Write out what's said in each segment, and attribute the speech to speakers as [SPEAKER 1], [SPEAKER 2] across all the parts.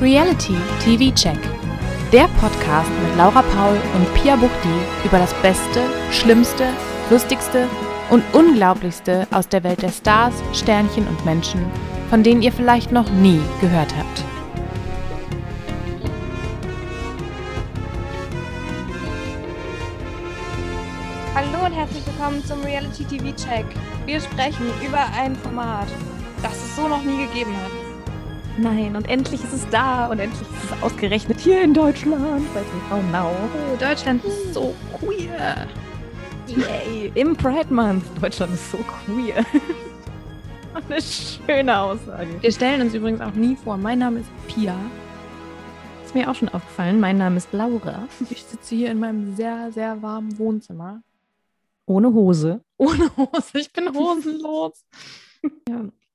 [SPEAKER 1] Reality TV Check. Der Podcast mit Laura Paul und Pia Buchti über das Beste, Schlimmste, Lustigste und Unglaublichste aus der Welt der Stars, Sternchen und Menschen, von denen ihr vielleicht noch nie gehört habt.
[SPEAKER 2] Hallo und herzlich willkommen zum Reality TV Check. Wir sprechen über ein Format, das es so noch nie gegeben hat.
[SPEAKER 3] Nein, und endlich ist es da und endlich ist es ausgerechnet hier in Deutschland bei TV Now.
[SPEAKER 2] Oh, Deutschland ist so queer.
[SPEAKER 3] Yay, im Pride Month. Deutschland ist so queer. Eine schöne Aussage.
[SPEAKER 1] Wir stellen uns übrigens auch nie vor. Mein Name ist Pia.
[SPEAKER 3] Ist mir auch schon aufgefallen. Mein Name ist Laura.
[SPEAKER 1] Ich sitze hier in meinem sehr, sehr warmen Wohnzimmer.
[SPEAKER 3] Ohne Hose.
[SPEAKER 1] Ohne Hose. Ich bin hosenlos.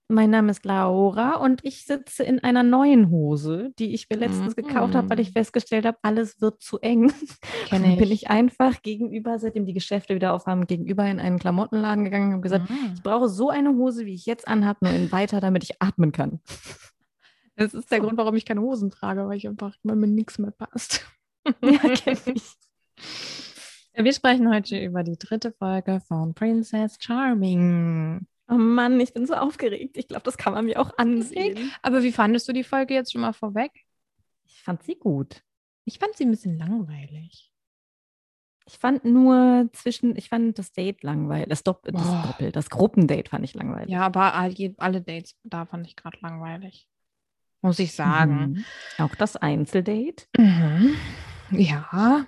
[SPEAKER 3] Mein Name ist Laura und ich sitze in einer neuen Hose, die ich mir
[SPEAKER 1] Mhm.
[SPEAKER 3] letztens gekauft habe, weil ich festgestellt habe, alles wird zu eng.
[SPEAKER 1] Kenne
[SPEAKER 3] Bin ich einfach gegenüber, seitdem die Geschäfte wieder aufhaben, gegenüber in einen Klamottenladen gegangen und habe
[SPEAKER 1] Mhm.
[SPEAKER 3] gesagt, ich brauche so eine Hose, wie ich jetzt anhabe, nur in weiter, damit ich atmen kann.
[SPEAKER 1] Das ist der Grund, warum ich keine Hosen trage, weil ich einfach, weil mir nichts mehr passt.
[SPEAKER 3] Ja, kenn ich.
[SPEAKER 1] Ja, Wir sprechen heute über die dritte Folge von Princess Charming.
[SPEAKER 3] Oh Mann, ich bin so aufgeregt. Ich glaube, das kann man mir auch ansehen.
[SPEAKER 1] Aber wie fandest du die Folge jetzt schon mal vorweg?
[SPEAKER 3] Ich fand sie gut.
[SPEAKER 1] Ich fand sie ein bisschen langweilig.
[SPEAKER 3] Ich fand nur zwischen, ich fand das Date langweilig, das, Dopp das
[SPEAKER 1] Boah.
[SPEAKER 3] Doppel, das Gruppendate fand ich langweilig.
[SPEAKER 1] Ja, aber Ah, all, je- alle Dates da fand ich gerade langweilig. Muss ich sagen.
[SPEAKER 3] Mhm. Auch das Einzeldate.
[SPEAKER 1] Mhm. Ja.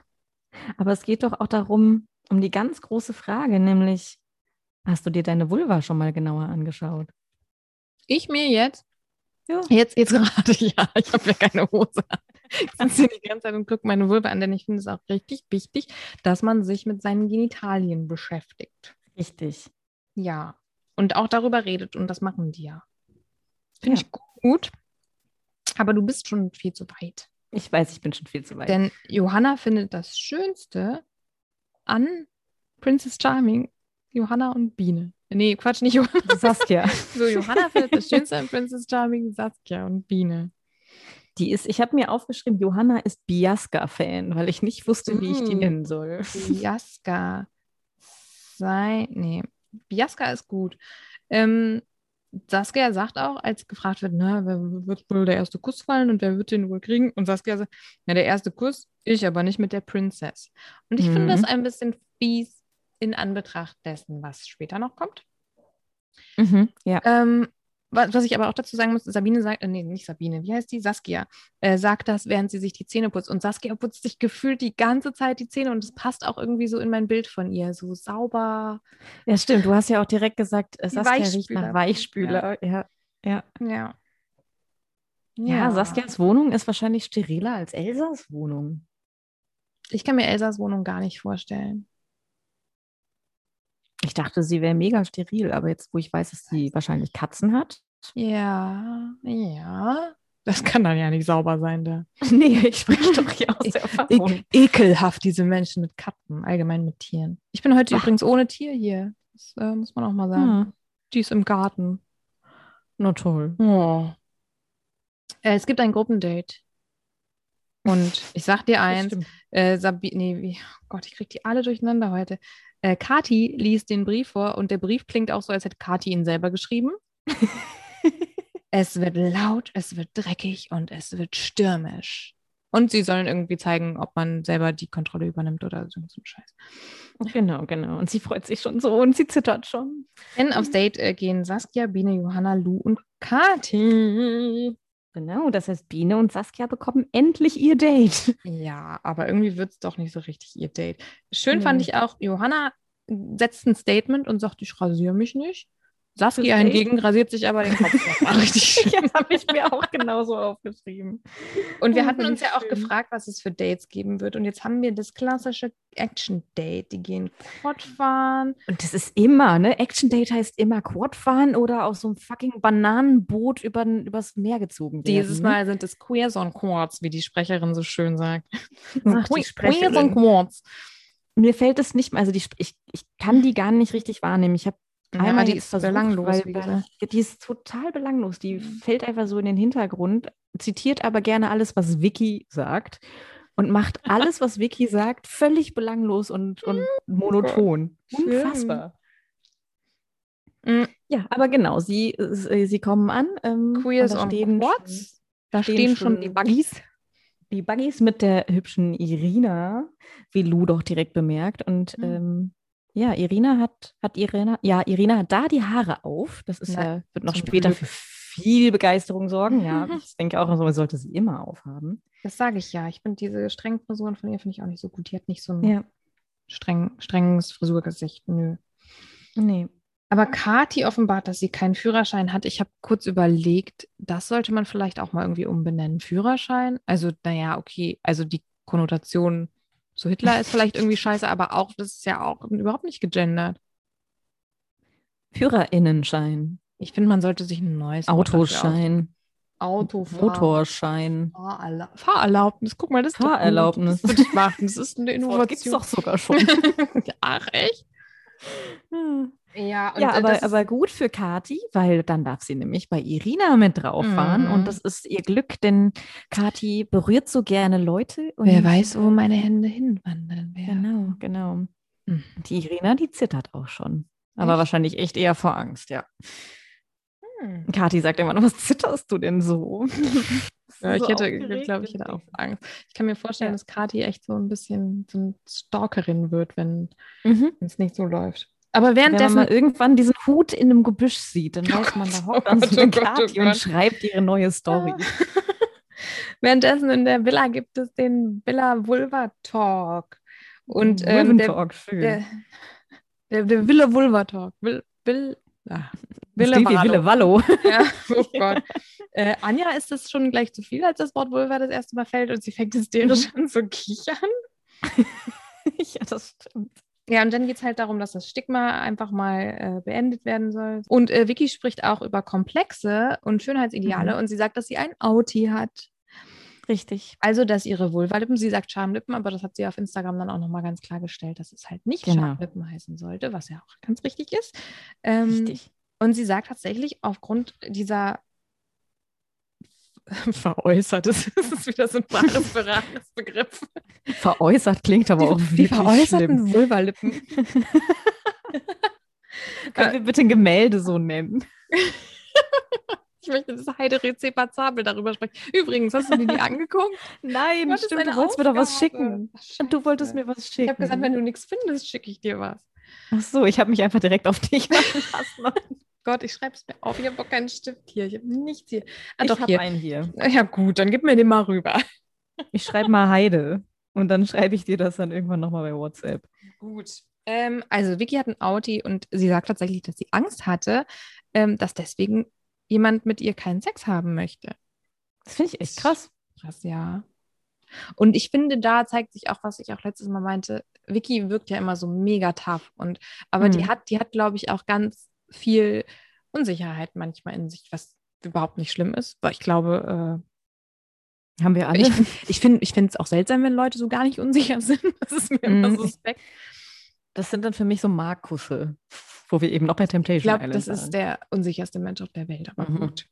[SPEAKER 3] Aber es geht doch auch darum, um die ganz große Frage, nämlich, hast du dir deine Vulva schon mal genauer angeschaut?
[SPEAKER 1] Ich mir jetzt.
[SPEAKER 3] Ja.
[SPEAKER 1] Jetzt, jetzt gerade, ja. Ich habe ja keine Hose. an. Ich sitze hier die ganze Zeit und gucke meine Vulva an, denn ich finde es auch richtig wichtig, dass man sich mit seinen Genitalien beschäftigt.
[SPEAKER 3] Richtig.
[SPEAKER 1] Ja. Und auch darüber redet und das machen die ja. Finde
[SPEAKER 3] Ja.
[SPEAKER 1] ich gut. Aber du bist schon viel zu weit.
[SPEAKER 3] Ich weiß, ich bin schon viel zu weit.
[SPEAKER 1] Denn Johanna findet das Schönste an Princess Charming, Johanna und Biene. Nee, Quatsch, nicht Johanna.
[SPEAKER 3] Saskia,
[SPEAKER 1] So, Johanna findet das Schönste an Princess Charming, Saskia und Biene.
[SPEAKER 3] die ist, ich habe mir aufgeschrieben, Johanna ist Biasca-Fan, weil ich nicht wusste, wie ich die
[SPEAKER 1] Mm.
[SPEAKER 3] nennen soll.
[SPEAKER 1] Biaska. Sei, nee, Biaska ist gut. Ähm, Saskia sagt auch, als gefragt wird, na, wer wird wohl der erste Kuss fallen und wer wird den wohl kriegen? Und Saskia sagt, na, der erste Kuss, ich aber nicht mit der Princess. Und ich finde das
[SPEAKER 3] Mhm.
[SPEAKER 1] ein bisschen fies in Anbetracht dessen, was später noch kommt.
[SPEAKER 3] Mhm. Ja.
[SPEAKER 1] Ähm, was, was ich aber auch dazu sagen muss, Sabine sagt, äh, nee, nicht Sabine, wie heißt die? Saskia, äh, sagt das, während sie sich die Zähne putzt. Und Saskia putzt sich gefühlt die ganze Zeit die Zähne und es passt auch irgendwie so in mein Bild von ihr. So sauber.
[SPEAKER 3] ja, stimmt. Du hast ja auch direkt gesagt, äh,
[SPEAKER 1] Die
[SPEAKER 3] Saskia riecht
[SPEAKER 1] Weichspüler.
[SPEAKER 3] nach Weichspüler. Ja. Ja.
[SPEAKER 1] Ja.
[SPEAKER 3] Ja. Saskias Wohnung ist wahrscheinlich steriler als Elsas Wohnung.
[SPEAKER 1] Ich kann mir Elsas Wohnung gar nicht vorstellen.
[SPEAKER 3] Ich dachte, sie wäre mega steril, aber jetzt, wo ich weiß, dass sie wahrscheinlich Katzen hat.
[SPEAKER 1] Ja, ja. Das kann dann ja nicht sauber sein, da.
[SPEAKER 3] nee, ich spreche doch hier aus der Erfahrung.
[SPEAKER 1] E ekelhaft, diese Menschen mit Katzen, allgemein mit Tieren. Ich bin heute übrigens ohne Tier hier. Das äh, muss man auch mal sagen.
[SPEAKER 3] Ah,
[SPEAKER 1] Die ist im Garten.
[SPEAKER 3] na toll.
[SPEAKER 1] Oh. Äh, es gibt ein Gruppendate. Und ich sag dir eins, äh, Sabi nee, wie, oh Gott, ich krieg die alle durcheinander heute. Äh, Kati liest den Brief vor und der Brief klingt auch so, als hätte Kati ihn selber geschrieben. es wird laut, es wird dreckig und es wird stürmisch. Und sie sollen irgendwie zeigen, ob man selber die Kontrolle übernimmt oder so so ein Scheiß.
[SPEAKER 3] Genau, genau. Und sie freut sich schon so und sie zittert schon.
[SPEAKER 1] Denn aufs Date äh, gehen Saskia, Biene, Johanna, Lou und Kati.
[SPEAKER 3] Genau, das heißt, Biene und Saskia bekommen endlich ihr Date.
[SPEAKER 1] Ja, aber irgendwie wird es doch nicht so richtig ihr Date. Schön fand
[SPEAKER 3] Nee.
[SPEAKER 1] ich auch, Johanna setzt ein Statement und sagt, ich rasiere mich nicht. Saskia
[SPEAKER 3] Das Date?
[SPEAKER 1] hingegen rasiert sich aber den Kopf. Das war richtig schön.
[SPEAKER 3] Das habe ich mir auch genauso aufgeschrieben.
[SPEAKER 1] Und wir
[SPEAKER 3] Oh,
[SPEAKER 1] hatten uns
[SPEAKER 3] wie
[SPEAKER 1] ja auch
[SPEAKER 3] schön.
[SPEAKER 1] gefragt, was es für Dates geben wird. Und jetzt haben wir das klassische Action-Date. Die gehen Quad fahren.
[SPEAKER 3] Und das ist immer, ne? Action Date heißt immer Quad fahren oder auf so einem fucking Bananenboot über, übers Meer gezogen werden.
[SPEAKER 1] Dieses
[SPEAKER 3] ne?
[SPEAKER 1] Mal sind es Queers on Quads, wie die Sprecherin so schön sagt.
[SPEAKER 3] Ach, die
[SPEAKER 1] Que- Queers on
[SPEAKER 3] Sprecherin.
[SPEAKER 1] Quads.
[SPEAKER 3] mir fällt es nicht, also die, Sp- ich, ich kann die gar nicht richtig wahrnehmen. Ich habe
[SPEAKER 1] Ja, aber die
[SPEAKER 3] jetzt
[SPEAKER 1] ist belanglos,
[SPEAKER 3] weil-
[SPEAKER 1] wie
[SPEAKER 3] weil-
[SPEAKER 1] gesagt. Mhm.
[SPEAKER 3] ja, die ist total belanglos. Die fällt einfach so in den Hintergrund, zitiert aber gerne alles, was Vicky sagt und macht alles, was Vicky sagt, völlig belanglos und, und monoton.
[SPEAKER 1] Oh Schön.
[SPEAKER 3] Unfassbar.
[SPEAKER 1] Mm.
[SPEAKER 3] Ja, aber genau, sie, äh, sie kommen an. Ähm,
[SPEAKER 1] Queers
[SPEAKER 3] und da
[SPEAKER 1] on
[SPEAKER 3] stehen
[SPEAKER 1] Quads. Da
[SPEAKER 3] stehen
[SPEAKER 1] stehen schon
[SPEAKER 3] schon
[SPEAKER 1] die Buggies.
[SPEAKER 3] die Buggies mit der hübschen Irina, wie Lou doch direkt bemerkt. Und
[SPEAKER 1] Mhm.
[SPEAKER 3] ähm, ja, Irina hat, hat Irina, ja, Irina hat da die Haare auf. Das ist
[SPEAKER 1] Na,
[SPEAKER 3] ja, wird noch
[SPEAKER 1] zum
[SPEAKER 3] später
[SPEAKER 1] Glück.
[SPEAKER 3] für viel Begeisterung sorgen. Ja, ich denke auch, man sollte sie immer aufhaben.
[SPEAKER 1] Das sage ich ja. Ich finde diese strengen Frisuren von ihr finde ich auch nicht so gut. Die hat nicht so ein
[SPEAKER 3] Ja,
[SPEAKER 1] streng, strenges Frisurgesicht. Nö.
[SPEAKER 3] nee.
[SPEAKER 1] Aber Kati offenbart, dass sie keinen Führerschein hat. Ich habe kurz überlegt, das sollte man vielleicht auch mal irgendwie umbenennen. Führerschein? Also, naja, okay. Also die Konnotation zu Hitler ist vielleicht irgendwie scheiße, aber auch, das ist ja auch überhaupt nicht gegendert.
[SPEAKER 3] Führerinnenschein,
[SPEAKER 1] Ich finde, man sollte sich ein neues Wort dafür
[SPEAKER 3] Autoschein,
[SPEAKER 1] aus- Autofahr
[SPEAKER 3] Motorschein.
[SPEAKER 1] Fahrerla Fahrerlaubnis. Guck mal, das ist doch gut.
[SPEAKER 3] Fahrerlaubnis.
[SPEAKER 1] Das würde ich machen. Das ist eine
[SPEAKER 3] Das Wort gibt's
[SPEAKER 1] Innovation.
[SPEAKER 3] doch sogar schon.
[SPEAKER 1] Ach, echt? Hm. Ja,
[SPEAKER 3] ja, aber,
[SPEAKER 1] das
[SPEAKER 3] aber gut für Kati, weil dann darf sie nämlich bei Irina mit drauf fahren.
[SPEAKER 1] Mhm.
[SPEAKER 3] Und das ist ihr Glück, denn Kati berührt so gerne Leute. Und
[SPEAKER 1] wer weiß, wo meine Hände hinwandern werden.
[SPEAKER 3] Genau, genau.
[SPEAKER 1] Mhm.
[SPEAKER 3] Und Die Irina, die zittert auch schon. Aber
[SPEAKER 1] Echt?
[SPEAKER 3] wahrscheinlich echt eher vor Angst, ja.
[SPEAKER 1] Hm.
[SPEAKER 3] Kati sagt immer, was zitterst du denn so?
[SPEAKER 1] Ja, ich
[SPEAKER 3] So
[SPEAKER 1] hätte,
[SPEAKER 3] aufgeregt
[SPEAKER 1] glaube ich,
[SPEAKER 3] und
[SPEAKER 1] hätte auch
[SPEAKER 3] so.
[SPEAKER 1] Angst. Ich kann mir vorstellen,
[SPEAKER 3] Ja.
[SPEAKER 1] dass Kati echt so ein bisschen so eine Stalkerin wird, wenn
[SPEAKER 3] Mhm.
[SPEAKER 1] es nicht so läuft. Aber
[SPEAKER 3] Wenn man
[SPEAKER 1] währenddessen,
[SPEAKER 3] mal irgendwann diesen Hut in einem Gebüsch sieht, dann
[SPEAKER 1] Oh
[SPEAKER 3] weiß man, da
[SPEAKER 1] Gott,
[SPEAKER 3] hockt
[SPEAKER 1] oh
[SPEAKER 3] dann so eine
[SPEAKER 1] Gott, oh Gott, oh
[SPEAKER 3] Kati und
[SPEAKER 1] Gott.
[SPEAKER 3] schreibt ihre neue Story.
[SPEAKER 1] währenddessen in der Villa gibt es den Villa Vulva Talk. Und ähm, der,
[SPEAKER 3] Women-Talk, schön.
[SPEAKER 1] der, der, der Villa Vulva Talk. Will, Will, ah,
[SPEAKER 3] Wille
[SPEAKER 1] Wille Wallo.
[SPEAKER 3] Wille Wallo.
[SPEAKER 1] Ja, oh Gott. Äh, Anja ist das schon gleich zu viel, als das Wort Vulva das erste Mal fällt und sie fängt hysterisch an zu kichern.
[SPEAKER 3] ja, das stimmt.
[SPEAKER 1] Ja, und dann geht es halt darum, dass das Stigma einfach mal äh, beendet werden soll. Und äh, Vicky spricht auch über Komplexe und Schönheitsideale und sie sagt, dass sie ein Auti hat.
[SPEAKER 3] Richtig.
[SPEAKER 1] Also, dass ihre Vulvalippen, sie sagt Schamlippen, aber das hat sie auf Instagram dann auch nochmal ganz klar gestellt, dass es halt nicht
[SPEAKER 3] Genau.
[SPEAKER 1] Schamlippen heißen sollte, was ja auch ganz richtig ist. Ähm,
[SPEAKER 3] Richtig.
[SPEAKER 1] Und sie sagt tatsächlich, aufgrund dieser
[SPEAKER 3] Ähm,
[SPEAKER 1] veräußert, das ist wieder so ein wahres beratendes Begriff.
[SPEAKER 3] Veräußert klingt aber auch
[SPEAKER 1] Die
[SPEAKER 3] wirklich schlimm.
[SPEAKER 1] veräußerten Vulvalippen.
[SPEAKER 3] Können wir bitte ein Gemälde so nennen?
[SPEAKER 1] Ich möchte, dass Heide Rezepazabel darüber sprechen. Übrigens, hast du dir die angeguckt?
[SPEAKER 3] Nein,
[SPEAKER 1] hattest
[SPEAKER 3] stimmt,
[SPEAKER 1] eine
[SPEAKER 3] du wolltest mir doch was
[SPEAKER 1] Aufgabe.
[SPEAKER 3] schicken.
[SPEAKER 1] Ach,
[SPEAKER 3] Und du wolltest
[SPEAKER 1] Scheiße.
[SPEAKER 3] mir was schicken.
[SPEAKER 1] Ich habe gesagt, wenn du nichts findest, schicke ich dir was.
[SPEAKER 3] Ach so, ich habe mich einfach direkt auf dich verlassen.
[SPEAKER 1] Gott, ich schreibe es mir auf. Ich habe auch keinen Stift hier. Ich habe nichts hier. Ah,
[SPEAKER 3] ich
[SPEAKER 1] doch,
[SPEAKER 3] habe
[SPEAKER 1] hier.
[SPEAKER 3] einen hier.
[SPEAKER 1] Na Ja, gut, dann gib mir den mal rüber.
[SPEAKER 3] Ich schreibe mal Heide. Und dann schreibe ich dir das dann irgendwann nochmal bei WhatsApp.
[SPEAKER 1] Gut. Ähm, also Vicky hat ein Audi und sie sagt tatsächlich, dass sie Angst hatte, ähm, dass deswegen jemand mit ihr keinen Sex haben möchte.
[SPEAKER 3] Das finde ich echt krass.
[SPEAKER 1] Krass, ja. Und ich finde, da zeigt sich auch, was ich auch letztes Mal meinte. Vicky wirkt ja immer so mega tough und aber die
[SPEAKER 3] Mhm.
[SPEAKER 1] hat, die hat, glaube ich, auch ganz viel Unsicherheit manchmal in sich, was überhaupt nicht schlimm ist, weil ich glaube,
[SPEAKER 3] Haben wir
[SPEAKER 1] äh,
[SPEAKER 3] alle.
[SPEAKER 1] ich, ich finde, ich finde es auch seltsam, wenn Leute so gar nicht unsicher sind. Das ist mir immer
[SPEAKER 3] Mhm.
[SPEAKER 1] suspekt.
[SPEAKER 3] das sind dann für mich so Markusse, wo wir eben noch bei Temptation
[SPEAKER 1] Ich glaube,
[SPEAKER 3] Island
[SPEAKER 1] das ist
[SPEAKER 3] waren.
[SPEAKER 1] der unsicherste Mensch auf der Welt, aber
[SPEAKER 3] Mhm.
[SPEAKER 1] gut.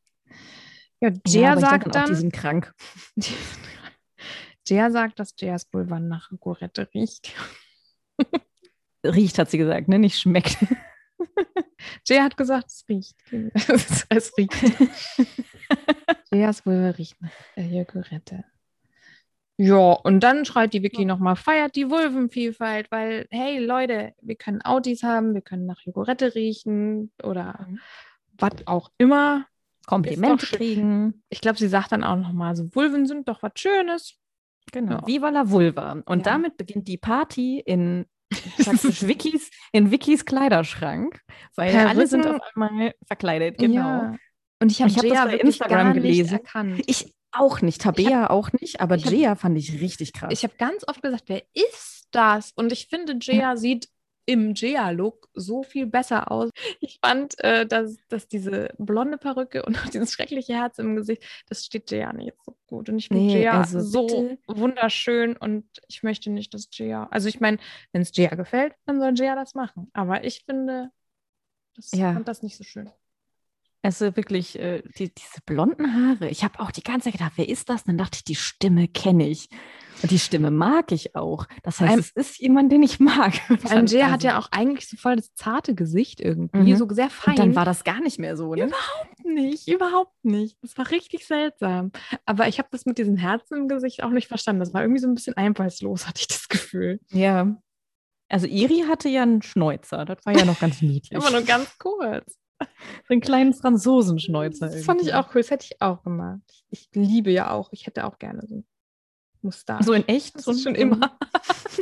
[SPEAKER 1] Ja, Jia
[SPEAKER 3] ja, aber ich
[SPEAKER 1] sagt
[SPEAKER 3] sag dann, auch, die
[SPEAKER 1] dann,
[SPEAKER 3] sind krank.
[SPEAKER 1] Jia sagt, dass Jias Pulver nach Gorette riecht.
[SPEAKER 3] Riecht, hat sie gesagt, ne? Nicht schmeckt.
[SPEAKER 1] Jia hat gesagt, es riecht. es, es riecht. Jias Vulva riecht nach äh, Jogurette. Ja, und dann schreit die Vicky nochmal, feiert die Vulvenvielfalt, weil, hey Leute, wir können Audis haben, wir können nach Jogurette riechen oder was auch immer.
[SPEAKER 3] Komplimente
[SPEAKER 1] Ist doch
[SPEAKER 3] kriegen.
[SPEAKER 1] Ich glaube, sie sagt dann auch nochmal, so Vulven sind doch was Schönes.
[SPEAKER 3] Genau.
[SPEAKER 1] Ja.
[SPEAKER 3] Viva la Vulva. Und
[SPEAKER 1] Ja.
[SPEAKER 3] damit beginnt die Party in praktisch Wikis, in Wikis Kleiderschrank, weil
[SPEAKER 1] Per
[SPEAKER 3] alle sind
[SPEAKER 1] Rücken-
[SPEAKER 3] auf einmal verkleidet. Genau.
[SPEAKER 1] Ja. Und ich habe
[SPEAKER 3] Ich hab das
[SPEAKER 1] Jia
[SPEAKER 3] bei
[SPEAKER 1] wirklich
[SPEAKER 3] Instagram
[SPEAKER 1] gar nicht
[SPEAKER 3] gelesen.
[SPEAKER 1] erkannt.
[SPEAKER 3] Ich auch nicht, Tabea auch nicht, aber
[SPEAKER 1] ich hab-
[SPEAKER 3] Jia fand ich richtig krass.
[SPEAKER 1] Ich habe ganz oft gesagt, wer ist das? Und ich finde,
[SPEAKER 3] Hm.
[SPEAKER 1] Jia sieht im Jia-Look so viel besser aus. Ich fand, äh, dass, dass diese blonde Perücke und auch dieses schreckliche Herz im Gesicht, das steht Jia nicht so gut. Und ich finde
[SPEAKER 3] Nee,
[SPEAKER 1] Jia
[SPEAKER 3] also
[SPEAKER 1] so
[SPEAKER 3] bitte.
[SPEAKER 1] wunderschön und ich möchte nicht, dass Jia. Also, ich meine, wenn es Jia gefällt, dann soll Jia das machen. Aber ich finde, Das
[SPEAKER 3] Ja.
[SPEAKER 1] fand das nicht so schön.
[SPEAKER 3] Also wirklich, äh, die, diese blonden Haare. Ich habe auch die ganze Zeit gedacht, wer ist das? Dann dachte ich, die Stimme kenne ich. Und die Stimme mag ich auch. Das heißt,
[SPEAKER 1] Ein-
[SPEAKER 3] es ist jemand, den ich mag. Und dann-
[SPEAKER 1] Angea hat
[SPEAKER 3] also-
[SPEAKER 1] ja auch eigentlich so voll das zarte Gesicht irgendwie,
[SPEAKER 3] Mhm.
[SPEAKER 1] so sehr fein.
[SPEAKER 3] Und dann war das gar nicht mehr so, ne?
[SPEAKER 1] nicht, überhaupt nicht. Das war richtig seltsam. Aber ich habe das mit diesem Herzen im Gesicht auch nicht verstanden. Das war irgendwie so ein bisschen einfallslos, hatte ich das Gefühl.
[SPEAKER 3] Ja. Also Iri hatte ja einen Schnäuzer. Das war ja noch ganz niedlich.
[SPEAKER 1] Immer nur ganz kurz.
[SPEAKER 3] so einen kleinen Franzosenschnäuzer.
[SPEAKER 1] Das fand ich
[SPEAKER 3] irgendwie.
[SPEAKER 1] auch cool. Das hätte ich auch gemacht. Ich liebe ja auch. Ich hätte auch gerne so ein Mustache.
[SPEAKER 3] So in echt.
[SPEAKER 1] Das
[SPEAKER 3] so
[SPEAKER 1] ist schon
[SPEAKER 3] ein- so ein-
[SPEAKER 1] immer.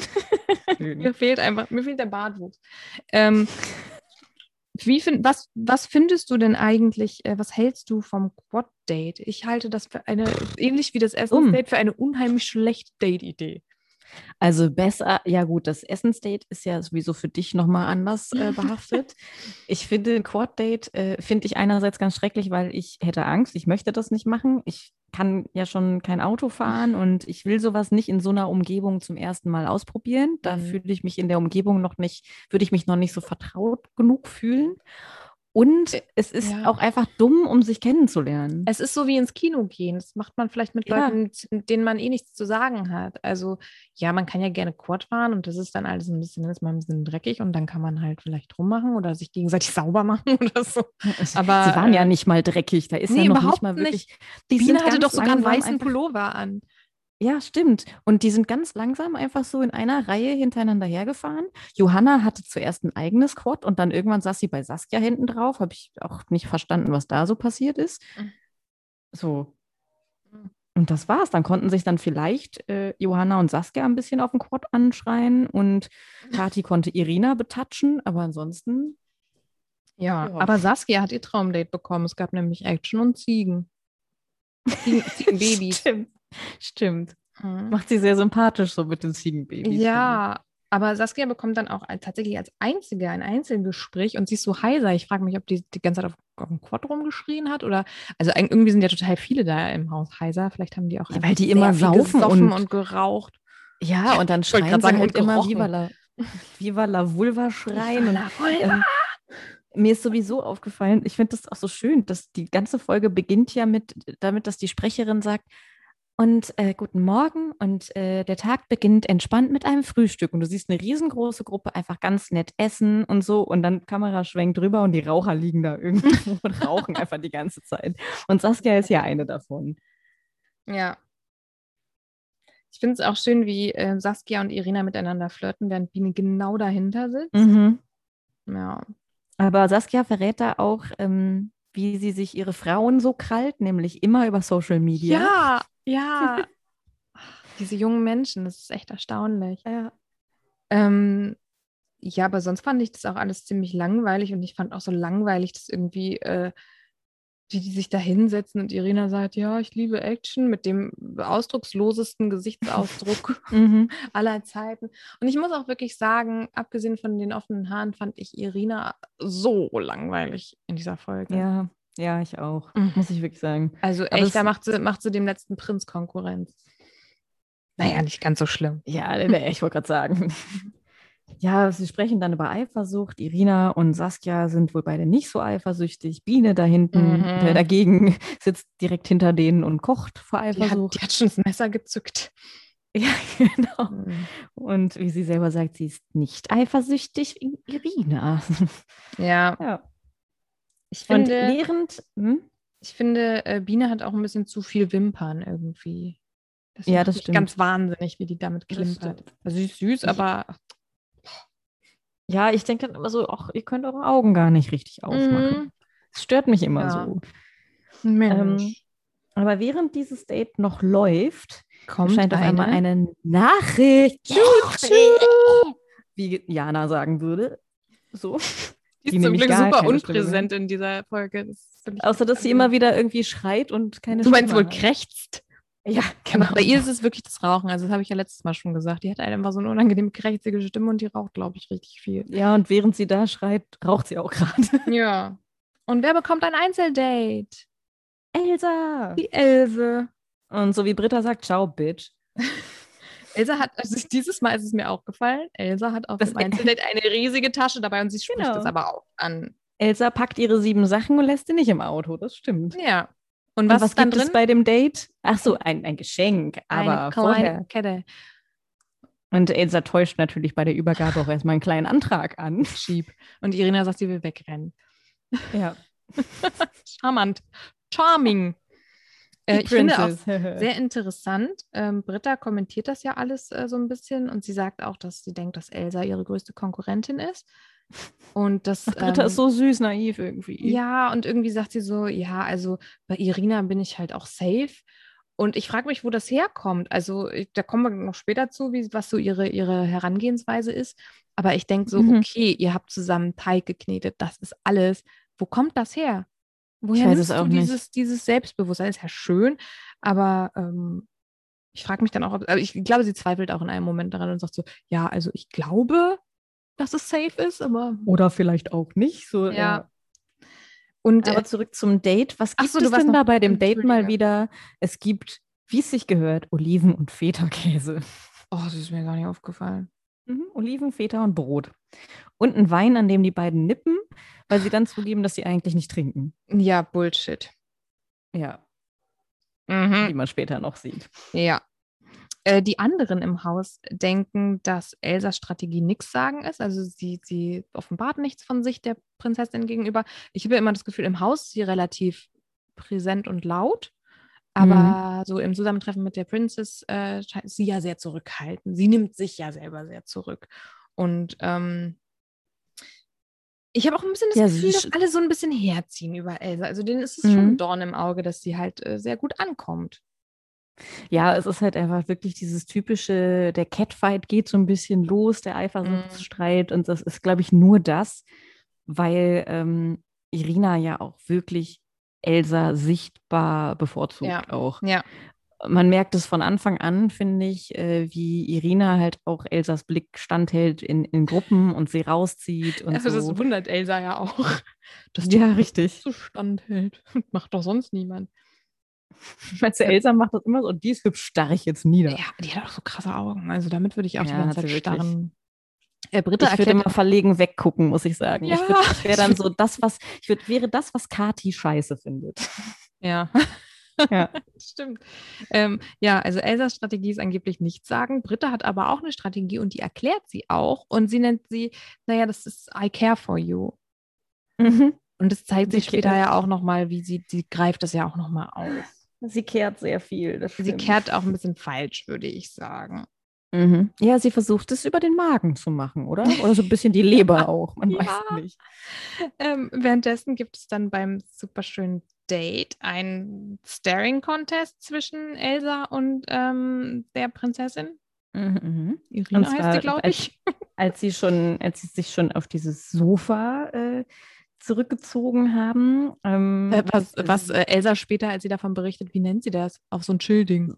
[SPEAKER 1] Mir fehlt einfach, mir fehlt der Bartwuchs. Ähm, wie find, was, was findest du denn eigentlich, äh, was hältst du vom Quad-Date? Ich halte das für eine, ähnlich wie das Essensdate, für eine unheimlich schlechte Date-Idee.
[SPEAKER 3] Also besser, ja gut, das Essensdate ist ja sowieso für dich nochmal anders äh, behaftet. ich finde ein Quad-Date äh, finde ich einerseits ganz schrecklich, weil ich hätte Angst, ich möchte das nicht machen. Ich kann ja schon kein Auto fahren und ich will sowas nicht in so einer Umgebung zum ersten Mal ausprobieren. Da
[SPEAKER 1] Mhm.
[SPEAKER 3] fühle ich mich in der Umgebung noch nicht, würde ich mich noch nicht so vertraut genug fühlen. Und es ist
[SPEAKER 1] ja. Äh,
[SPEAKER 3] auch einfach dumm, um sich kennenzulernen.
[SPEAKER 1] Es ist so wie ins Kino gehen. Das macht man vielleicht mit
[SPEAKER 3] Ja.
[SPEAKER 1] Leuten, zu- denen man eh nichts zu sagen hat. Also ja, man kann ja gerne Quad fahren und das ist dann alles ein bisschen, ist mal ein bisschen dreckig und dann kann man halt vielleicht rummachen oder sich gegenseitig sauber machen oder so. aber,
[SPEAKER 3] Sie waren ja
[SPEAKER 1] äh,
[SPEAKER 3] nicht mal dreckig, da ist
[SPEAKER 1] nee,
[SPEAKER 3] ja noch
[SPEAKER 1] überhaupt
[SPEAKER 3] nicht mal
[SPEAKER 1] nicht.
[SPEAKER 3] wirklich. Die
[SPEAKER 1] Biene
[SPEAKER 3] sind
[SPEAKER 1] hatte
[SPEAKER 3] ganz
[SPEAKER 1] doch sogar einen
[SPEAKER 3] langsam
[SPEAKER 1] weißen
[SPEAKER 3] einfach-
[SPEAKER 1] Pullover an.
[SPEAKER 3] Ja, stimmt. Und die sind ganz langsam einfach so in einer Reihe hintereinander hergefahren. Johanna hatte zuerst ein eigenes Quad und dann irgendwann saß sie bei Saskia hinten drauf. Habe ich auch nicht verstanden, was da so passiert ist.
[SPEAKER 1] Mhm.
[SPEAKER 3] So.
[SPEAKER 1] Mhm.
[SPEAKER 3] Und das war's. Dann konnten sich dann vielleicht äh, Johanna und Saskia ein bisschen auf dem Quad anschreien und Kathi konnte Irina betatschen, aber ansonsten.
[SPEAKER 1] Ja,
[SPEAKER 3] Ja.
[SPEAKER 1] aber Saskia hat ihr Traumdate bekommen. Es gab nämlich Action und Ziegen. Ziegen, Ziegenbabys.
[SPEAKER 3] Stimmt. Stimmt.
[SPEAKER 1] Mhm.
[SPEAKER 3] Macht sie sehr sympathisch so mit den Ziegenbabys.
[SPEAKER 1] Ja, aber Saskia bekommt dann auch als- tatsächlich als Einzige ein Einzelgespräch und sie ist so heiser. Ich frage mich, ob die die ganze Zeit auf, auf dem Quad rumgeschrien hat oder. Also eig- irgendwie sind ja total viele da im Haus heiser. Vielleicht haben die auch.
[SPEAKER 3] Ja,
[SPEAKER 1] einfach
[SPEAKER 3] weil die
[SPEAKER 1] sehr
[SPEAKER 3] immer
[SPEAKER 1] viel
[SPEAKER 3] saufen
[SPEAKER 1] gesoffen
[SPEAKER 3] und-
[SPEAKER 1] und geraucht.
[SPEAKER 3] Ja, und
[SPEAKER 1] wollte
[SPEAKER 3] dann
[SPEAKER 1] grad
[SPEAKER 3] schreien sie
[SPEAKER 1] sagen,
[SPEAKER 3] halt
[SPEAKER 1] und
[SPEAKER 3] immer
[SPEAKER 1] gerochen.
[SPEAKER 3] Viva la, Viva la Vulva schreien. Und,
[SPEAKER 1] Vulva.
[SPEAKER 3] ähm, mir ist sowieso aufgefallen, ich finde das auch so schön, dass die ganze Folge beginnt ja mit damit, dass die Sprecherin sagt, und äh, guten Morgen und äh, der Tag beginnt entspannt mit einem Frühstück und du siehst eine riesengroße Gruppe einfach ganz nett essen und so und dann Kamera schwenkt rüber und die Raucher liegen da irgendwo und rauchen einfach die ganze Zeit. Und Saskia ist ja eine davon.
[SPEAKER 1] Ja. Ich finde es auch schön, wie äh, Saskia und Irina miteinander flirten, während Biene genau dahinter sitzt.
[SPEAKER 3] Mhm.
[SPEAKER 1] Ja.
[SPEAKER 3] Aber Saskia verrät da auch, ähm, wie sie sich ihre Frauen so krallt, nämlich immer über Social Media.
[SPEAKER 1] Ja, ja. Ach, Diese jungen Menschen, das ist echt erstaunlich.
[SPEAKER 3] Ja.
[SPEAKER 1] Ähm, ja, aber sonst fand ich das auch alles ziemlich langweilig und ich fand auch so langweilig, dass irgendwie äh, die, die sich da hinsetzen und Irina sagt, ja, ich liebe Action mit dem ausdruckslosesten Gesichtsausdruck
[SPEAKER 3] Mhm.
[SPEAKER 1] aller Zeiten. Und ich muss auch wirklich sagen, abgesehen von den offenen Haaren, fand ich Irina so langweilig in dieser Folge.
[SPEAKER 3] ja, ja, ich auch.
[SPEAKER 1] Mhm.
[SPEAKER 3] Muss ich wirklich sagen.
[SPEAKER 1] Also
[SPEAKER 3] Aber
[SPEAKER 1] echt, da
[SPEAKER 3] es-
[SPEAKER 1] macht sie, macht sie dem letzten Prinz Konkurrenz. Naja, nicht ganz so schlimm.
[SPEAKER 3] Ja, nee, ich wollte gerade sagen. Ja, sie sprechen dann über Eifersucht. Irina und Saskia sind wohl beide nicht so eifersüchtig. Biene da hinten
[SPEAKER 1] Mhm.
[SPEAKER 3] äh, dagegen sitzt direkt hinter denen und kocht vor
[SPEAKER 1] Die hat,
[SPEAKER 3] Eifersucht.
[SPEAKER 1] die hat schon das Messer gezückt.
[SPEAKER 3] Ja, genau.
[SPEAKER 1] Mhm.
[SPEAKER 3] Und wie sie selber sagt, sie ist nicht eifersüchtig in Irina.
[SPEAKER 1] Ja,
[SPEAKER 3] ja.
[SPEAKER 1] ich
[SPEAKER 3] Und
[SPEAKER 1] finde,
[SPEAKER 3] während, hm?
[SPEAKER 1] ich finde äh, Biene hat auch ein bisschen zu viel Wimpern irgendwie.
[SPEAKER 3] Ja,
[SPEAKER 1] macht
[SPEAKER 3] das
[SPEAKER 1] mich
[SPEAKER 3] stimmt.
[SPEAKER 1] ganz wahnsinnig, wie die damit
[SPEAKER 3] Das
[SPEAKER 1] klimpert.
[SPEAKER 3] stimmt.
[SPEAKER 1] Also sie ist süß,
[SPEAKER 3] Ich-
[SPEAKER 1] aber
[SPEAKER 3] Ja, ich denke dann immer so, ach, ihr könnt eure Augen gar nicht richtig aufmachen.
[SPEAKER 1] Mhm.
[SPEAKER 3] Das stört mich immer
[SPEAKER 1] Ja.
[SPEAKER 3] so. Ähm,
[SPEAKER 1] Mensch,
[SPEAKER 3] Aber während dieses Date noch läuft,
[SPEAKER 1] kommt
[SPEAKER 3] scheint auf einmal eine Nachricht, wie Jana sagen würde. So.
[SPEAKER 1] Die
[SPEAKER 3] die
[SPEAKER 1] ist zum
[SPEAKER 3] nämlich
[SPEAKER 1] Glück
[SPEAKER 3] gar
[SPEAKER 1] super
[SPEAKER 3] keine Stimme
[SPEAKER 1] unpräsent in dieser Folge. Das finde ich
[SPEAKER 3] Außer, dass sie immer wieder irgendwie schreit und keine
[SPEAKER 1] Du meinst
[SPEAKER 3] Stimme
[SPEAKER 1] wohl
[SPEAKER 3] hat.
[SPEAKER 1] krächzt?
[SPEAKER 3] Ja,
[SPEAKER 1] Aber
[SPEAKER 3] genau.
[SPEAKER 1] bei ihr ist es wirklich das Rauchen. Also, das habe ich ja letztes Mal schon gesagt. Die hat halt einfach so eine unangenehm krächzige Stimme und die raucht, glaube ich, richtig viel.
[SPEAKER 3] Ja, und während sie da schreit, raucht sie auch gerade.
[SPEAKER 1] Ja. Und wer bekommt ein Einzeldate?
[SPEAKER 3] Elsa!
[SPEAKER 1] Die Else.
[SPEAKER 3] Und so wie Britta sagt, ciao, Bitch.
[SPEAKER 1] Elsa hat, also dieses Mal ist es mir auch gefallen, Elsa hat auf
[SPEAKER 3] Das
[SPEAKER 1] dem Einzeldate eine riesige Tasche dabei und sie spricht
[SPEAKER 3] Genau.
[SPEAKER 1] das aber auch an
[SPEAKER 3] Elsa packt ihre sieben Sachen und lässt sie nicht im Auto. Das stimmt.
[SPEAKER 1] Ja. Und
[SPEAKER 3] Und
[SPEAKER 1] was,
[SPEAKER 3] was,
[SPEAKER 1] ist dann
[SPEAKER 3] gibt
[SPEAKER 1] drin?
[SPEAKER 3] es bei dem Date? Ach so, ein, ein Geschenk, aber
[SPEAKER 1] Eine
[SPEAKER 3] vorher.
[SPEAKER 1] kleine Kette.
[SPEAKER 3] Und Elsa täuscht natürlich bei der Übergabe auch erstmal einen kleinen Antrag an.
[SPEAKER 1] Schieb. Und Irina sagt, sie will wegrennen.
[SPEAKER 3] Ja.
[SPEAKER 1] Charmant. Charming. Äh, ich finde auch
[SPEAKER 3] finde auch
[SPEAKER 1] Sehr interessant. Ähm, Britta kommentiert das ja alles äh, so ein bisschen und sie sagt auch, dass sie denkt, dass Elsa ihre größte Konkurrentin ist. Und das.
[SPEAKER 3] Britta
[SPEAKER 1] ähm,
[SPEAKER 3] ist so süß naiv irgendwie.
[SPEAKER 1] Ja, und irgendwie sagt sie so, ja, also bei Irina bin ich halt auch safe. Und ich frage mich, wo das herkommt. Also ich, da kommen wir noch später zu, wie, was so ihre, ihre Herangehensweise ist. Aber ich denke so,
[SPEAKER 3] Mhm.
[SPEAKER 1] okay, ihr habt zusammen Teig geknetet, das ist alles. Wo kommt das her? Woher
[SPEAKER 3] weiß
[SPEAKER 1] nimmst
[SPEAKER 3] es auch
[SPEAKER 1] du
[SPEAKER 3] nicht.
[SPEAKER 1] dieses, dieses Selbstbewusstsein? Ist ja schön, aber ähm, ich frage mich dann auch, ob, aber ich glaube, sie zweifelt auch in einem Moment daran und sagt so, ja, also ich glaube, dass es safe ist, aber
[SPEAKER 3] Oder vielleicht auch nicht. So,
[SPEAKER 1] ja. Und äh,
[SPEAKER 3] Aber zurück zum Date. Was
[SPEAKER 1] Ach
[SPEAKER 3] gibt
[SPEAKER 1] so, du
[SPEAKER 3] es
[SPEAKER 1] warst
[SPEAKER 3] denn
[SPEAKER 1] noch-
[SPEAKER 3] da bei dem Date mal
[SPEAKER 1] Entschuldige.
[SPEAKER 3] wieder? Es gibt, wie es sich gehört, Oliven und Feta-Käse.
[SPEAKER 1] Oh, das ist mir gar nicht aufgefallen.
[SPEAKER 3] Mhm, Oliven, Feta und Brot. Und ein Wein, an dem die beiden nippen, weil sie dann zugeben, dass sie eigentlich nicht trinken.
[SPEAKER 1] Ja, Bullshit.
[SPEAKER 3] Ja, wie
[SPEAKER 1] Mhm.
[SPEAKER 3] man später noch sieht.
[SPEAKER 1] Ja. Äh, die anderen im Haus denken, dass Elsas Strategie nichts sagen ist. Also sie, sie offenbart nichts von sich der Prinzessin gegenüber. Ich habe ja immer das Gefühl, im Haus ist sie relativ präsent und laut. Aber
[SPEAKER 3] Mhm.
[SPEAKER 1] so im Zusammentreffen mit der Princess äh, scheint sie ja sehr zurückhaltend. Sie nimmt sich ja selber sehr zurück. Und ähm, ich habe auch ein bisschen das
[SPEAKER 3] Ja, sie
[SPEAKER 1] Gefühl, dass
[SPEAKER 3] sch-
[SPEAKER 1] alle so ein bisschen herziehen über Elsa. Also denen ist es
[SPEAKER 3] Mhm.
[SPEAKER 1] schon ein Dorn im Auge, dass sie halt äh, sehr gut ankommt.
[SPEAKER 3] Ja, es ist halt einfach wirklich dieses typische, der Catfight geht so ein bisschen los, der Eifersuchtsstreit und das ist, glaube ich, nur das, weil ähm, Irina ja auch wirklich Elsa sichtbar bevorzugt
[SPEAKER 1] Ja.
[SPEAKER 3] auch.
[SPEAKER 1] Ja.
[SPEAKER 3] Man merkt es von Anfang an, finde ich, äh, wie Irina halt auch Elsas Blick standhält in, in Gruppen und sie rauszieht und
[SPEAKER 1] Also
[SPEAKER 3] so.
[SPEAKER 1] das wundert Elsa ja auch, dass die
[SPEAKER 3] Ja, richtig.
[SPEAKER 1] Zustand hält. Macht doch sonst niemand.
[SPEAKER 3] Meinst du, Elsa macht das immer so und die ist hübsch, starre ich jetzt nieder.
[SPEAKER 1] Ja, die hat auch so krasse Augen. Also damit würde ich auch
[SPEAKER 3] Ja,
[SPEAKER 1] die ganze
[SPEAKER 3] hat
[SPEAKER 1] Zeit
[SPEAKER 3] sie wirklich.
[SPEAKER 1] starren. Äh, Britta
[SPEAKER 3] ich würde
[SPEAKER 1] erklärt
[SPEAKER 3] immer verlegen weggucken, muss ich sagen. Ich,
[SPEAKER 1] Ja.
[SPEAKER 3] würd- ich wäre dann so das, was ich würd, wäre das, was Kati scheiße findet.
[SPEAKER 1] Ja.
[SPEAKER 3] Ja.
[SPEAKER 1] Stimmt. Ähm, ja, also Elsas Strategie ist angeblich nichts sagen. Britta hat aber auch eine Strategie und die erklärt sie auch. Und sie nennt sie, naja, das ist I care for you. Und es zeigt sich
[SPEAKER 3] Sie
[SPEAKER 1] später
[SPEAKER 3] kehrt-
[SPEAKER 1] ja auch nochmal, wie sie, sie greift das ja auch nochmal auf.
[SPEAKER 3] Sie kehrt sehr viel. Das
[SPEAKER 1] Sie kehrt auch ein bisschen falsch, würde ich sagen.
[SPEAKER 3] Mhm. Ja, sie versucht es über den Magen zu machen, oder? Oder so ein bisschen die Leber auch. Man
[SPEAKER 1] Ja.
[SPEAKER 3] weiß nicht.
[SPEAKER 1] Ähm, währenddessen gibt es dann beim superschönen Date einen Staring-Contest zwischen Elsa und ähm, der Prinzessin.
[SPEAKER 3] Mhm.
[SPEAKER 1] Irina
[SPEAKER 3] Und
[SPEAKER 1] heißt
[SPEAKER 3] zwar
[SPEAKER 1] sie, glaube
[SPEAKER 3] als-
[SPEAKER 1] ich.
[SPEAKER 3] Als sie schon, als sie sich schon auf dieses Sofa äh, zurückgezogen haben. Ähm,
[SPEAKER 1] Äh, Was, was äh, Elsa später, als sie davon berichtet, wie nennt sie das? Auf so ein Schilding.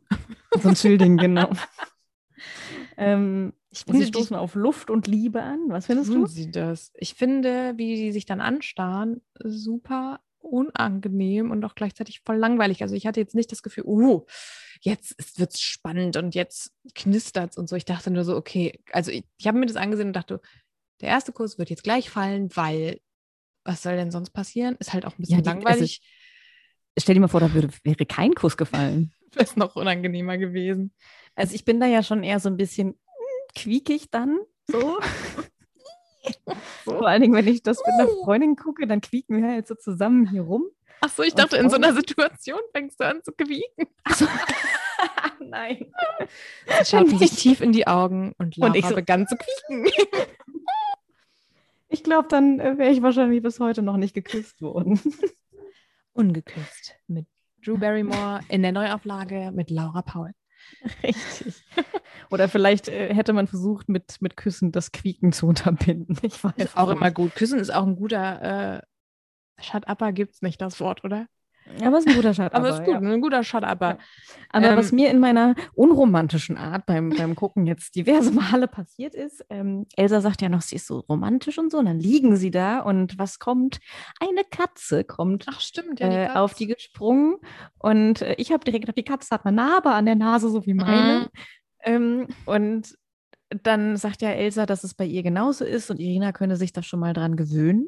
[SPEAKER 3] So ein Schilding, genau. ähm,
[SPEAKER 1] Ich
[SPEAKER 3] sie stoßen auf Luft und Liebe an. Was findest
[SPEAKER 1] tun
[SPEAKER 3] du?
[SPEAKER 1] sie das. Ich finde, wie die sich dann anstarren, super unangenehm und auch gleichzeitig voll langweilig. Also ich hatte jetzt nicht das Gefühl, uh, jetzt wird es spannend und jetzt knistert es und so. Ich dachte nur so, okay, also ich, ich habe mir das angesehen und dachte, der erste Kurs wird jetzt gleich fallen, weil was soll denn sonst passieren? Ist halt auch ein bisschen
[SPEAKER 3] Ja, die- also-
[SPEAKER 1] langweilig.
[SPEAKER 3] Stell dir mal vor, da würde, wäre kein Kuss gefallen.
[SPEAKER 1] Wäre es noch unangenehmer gewesen.
[SPEAKER 3] Also ich bin da ja schon eher so ein bisschen mm, quiekig dann. So. Vor allen Dingen, wenn ich das mit einer Freundin gucke, dann quieken wir halt so zusammen hier rum.
[SPEAKER 1] Ach so, ich
[SPEAKER 3] Und
[SPEAKER 1] dachte, in so
[SPEAKER 3] Frauen-
[SPEAKER 1] einer Situation fängst du an zu quieken.
[SPEAKER 3] Ah, Nein.
[SPEAKER 1] Sie schauten sich tief in die Augen und Lara
[SPEAKER 3] Und ich so-
[SPEAKER 1] begann zu quieken.
[SPEAKER 3] Ich glaube, dann äh, wäre ich wahrscheinlich bis heute noch nicht geküsst worden.
[SPEAKER 1] Ungeküsst mit Drew Barrymore in der Neuauflage mit Laura Paul.
[SPEAKER 3] Richtig. Oder vielleicht äh, hätte man versucht, mit, mit Küssen das Quieken zu unterbinden. Ich weiß
[SPEAKER 1] Ist auch
[SPEAKER 3] nicht.
[SPEAKER 1] immer gut. Küssen ist auch ein guter äh, Shut-Upper, gibt es nicht das Wort, oder?
[SPEAKER 3] Aber es ist ein guter Schatz.
[SPEAKER 1] Aber, ist gut, ne? ein guter Shut-Upper.
[SPEAKER 3] Aber
[SPEAKER 1] Ähm,
[SPEAKER 3] was mir in meiner unromantischen Art beim, beim Gucken jetzt diverse Male passiert ist, ähm, Elsa sagt ja noch, sie ist so romantisch und so, und dann liegen sie da und was kommt? Eine Katze kommt
[SPEAKER 1] Ach, stimmt.
[SPEAKER 3] äh, auf die gesprungen und äh, ich habe direkt gedacht, die Katze hat eine Narbe an der Nase, so wie
[SPEAKER 1] Mhm.
[SPEAKER 3] meine. Ähm, und dann sagt ja Elsa, dass es bei ihr genauso ist und Irina könne sich da schon mal dran gewöhnen.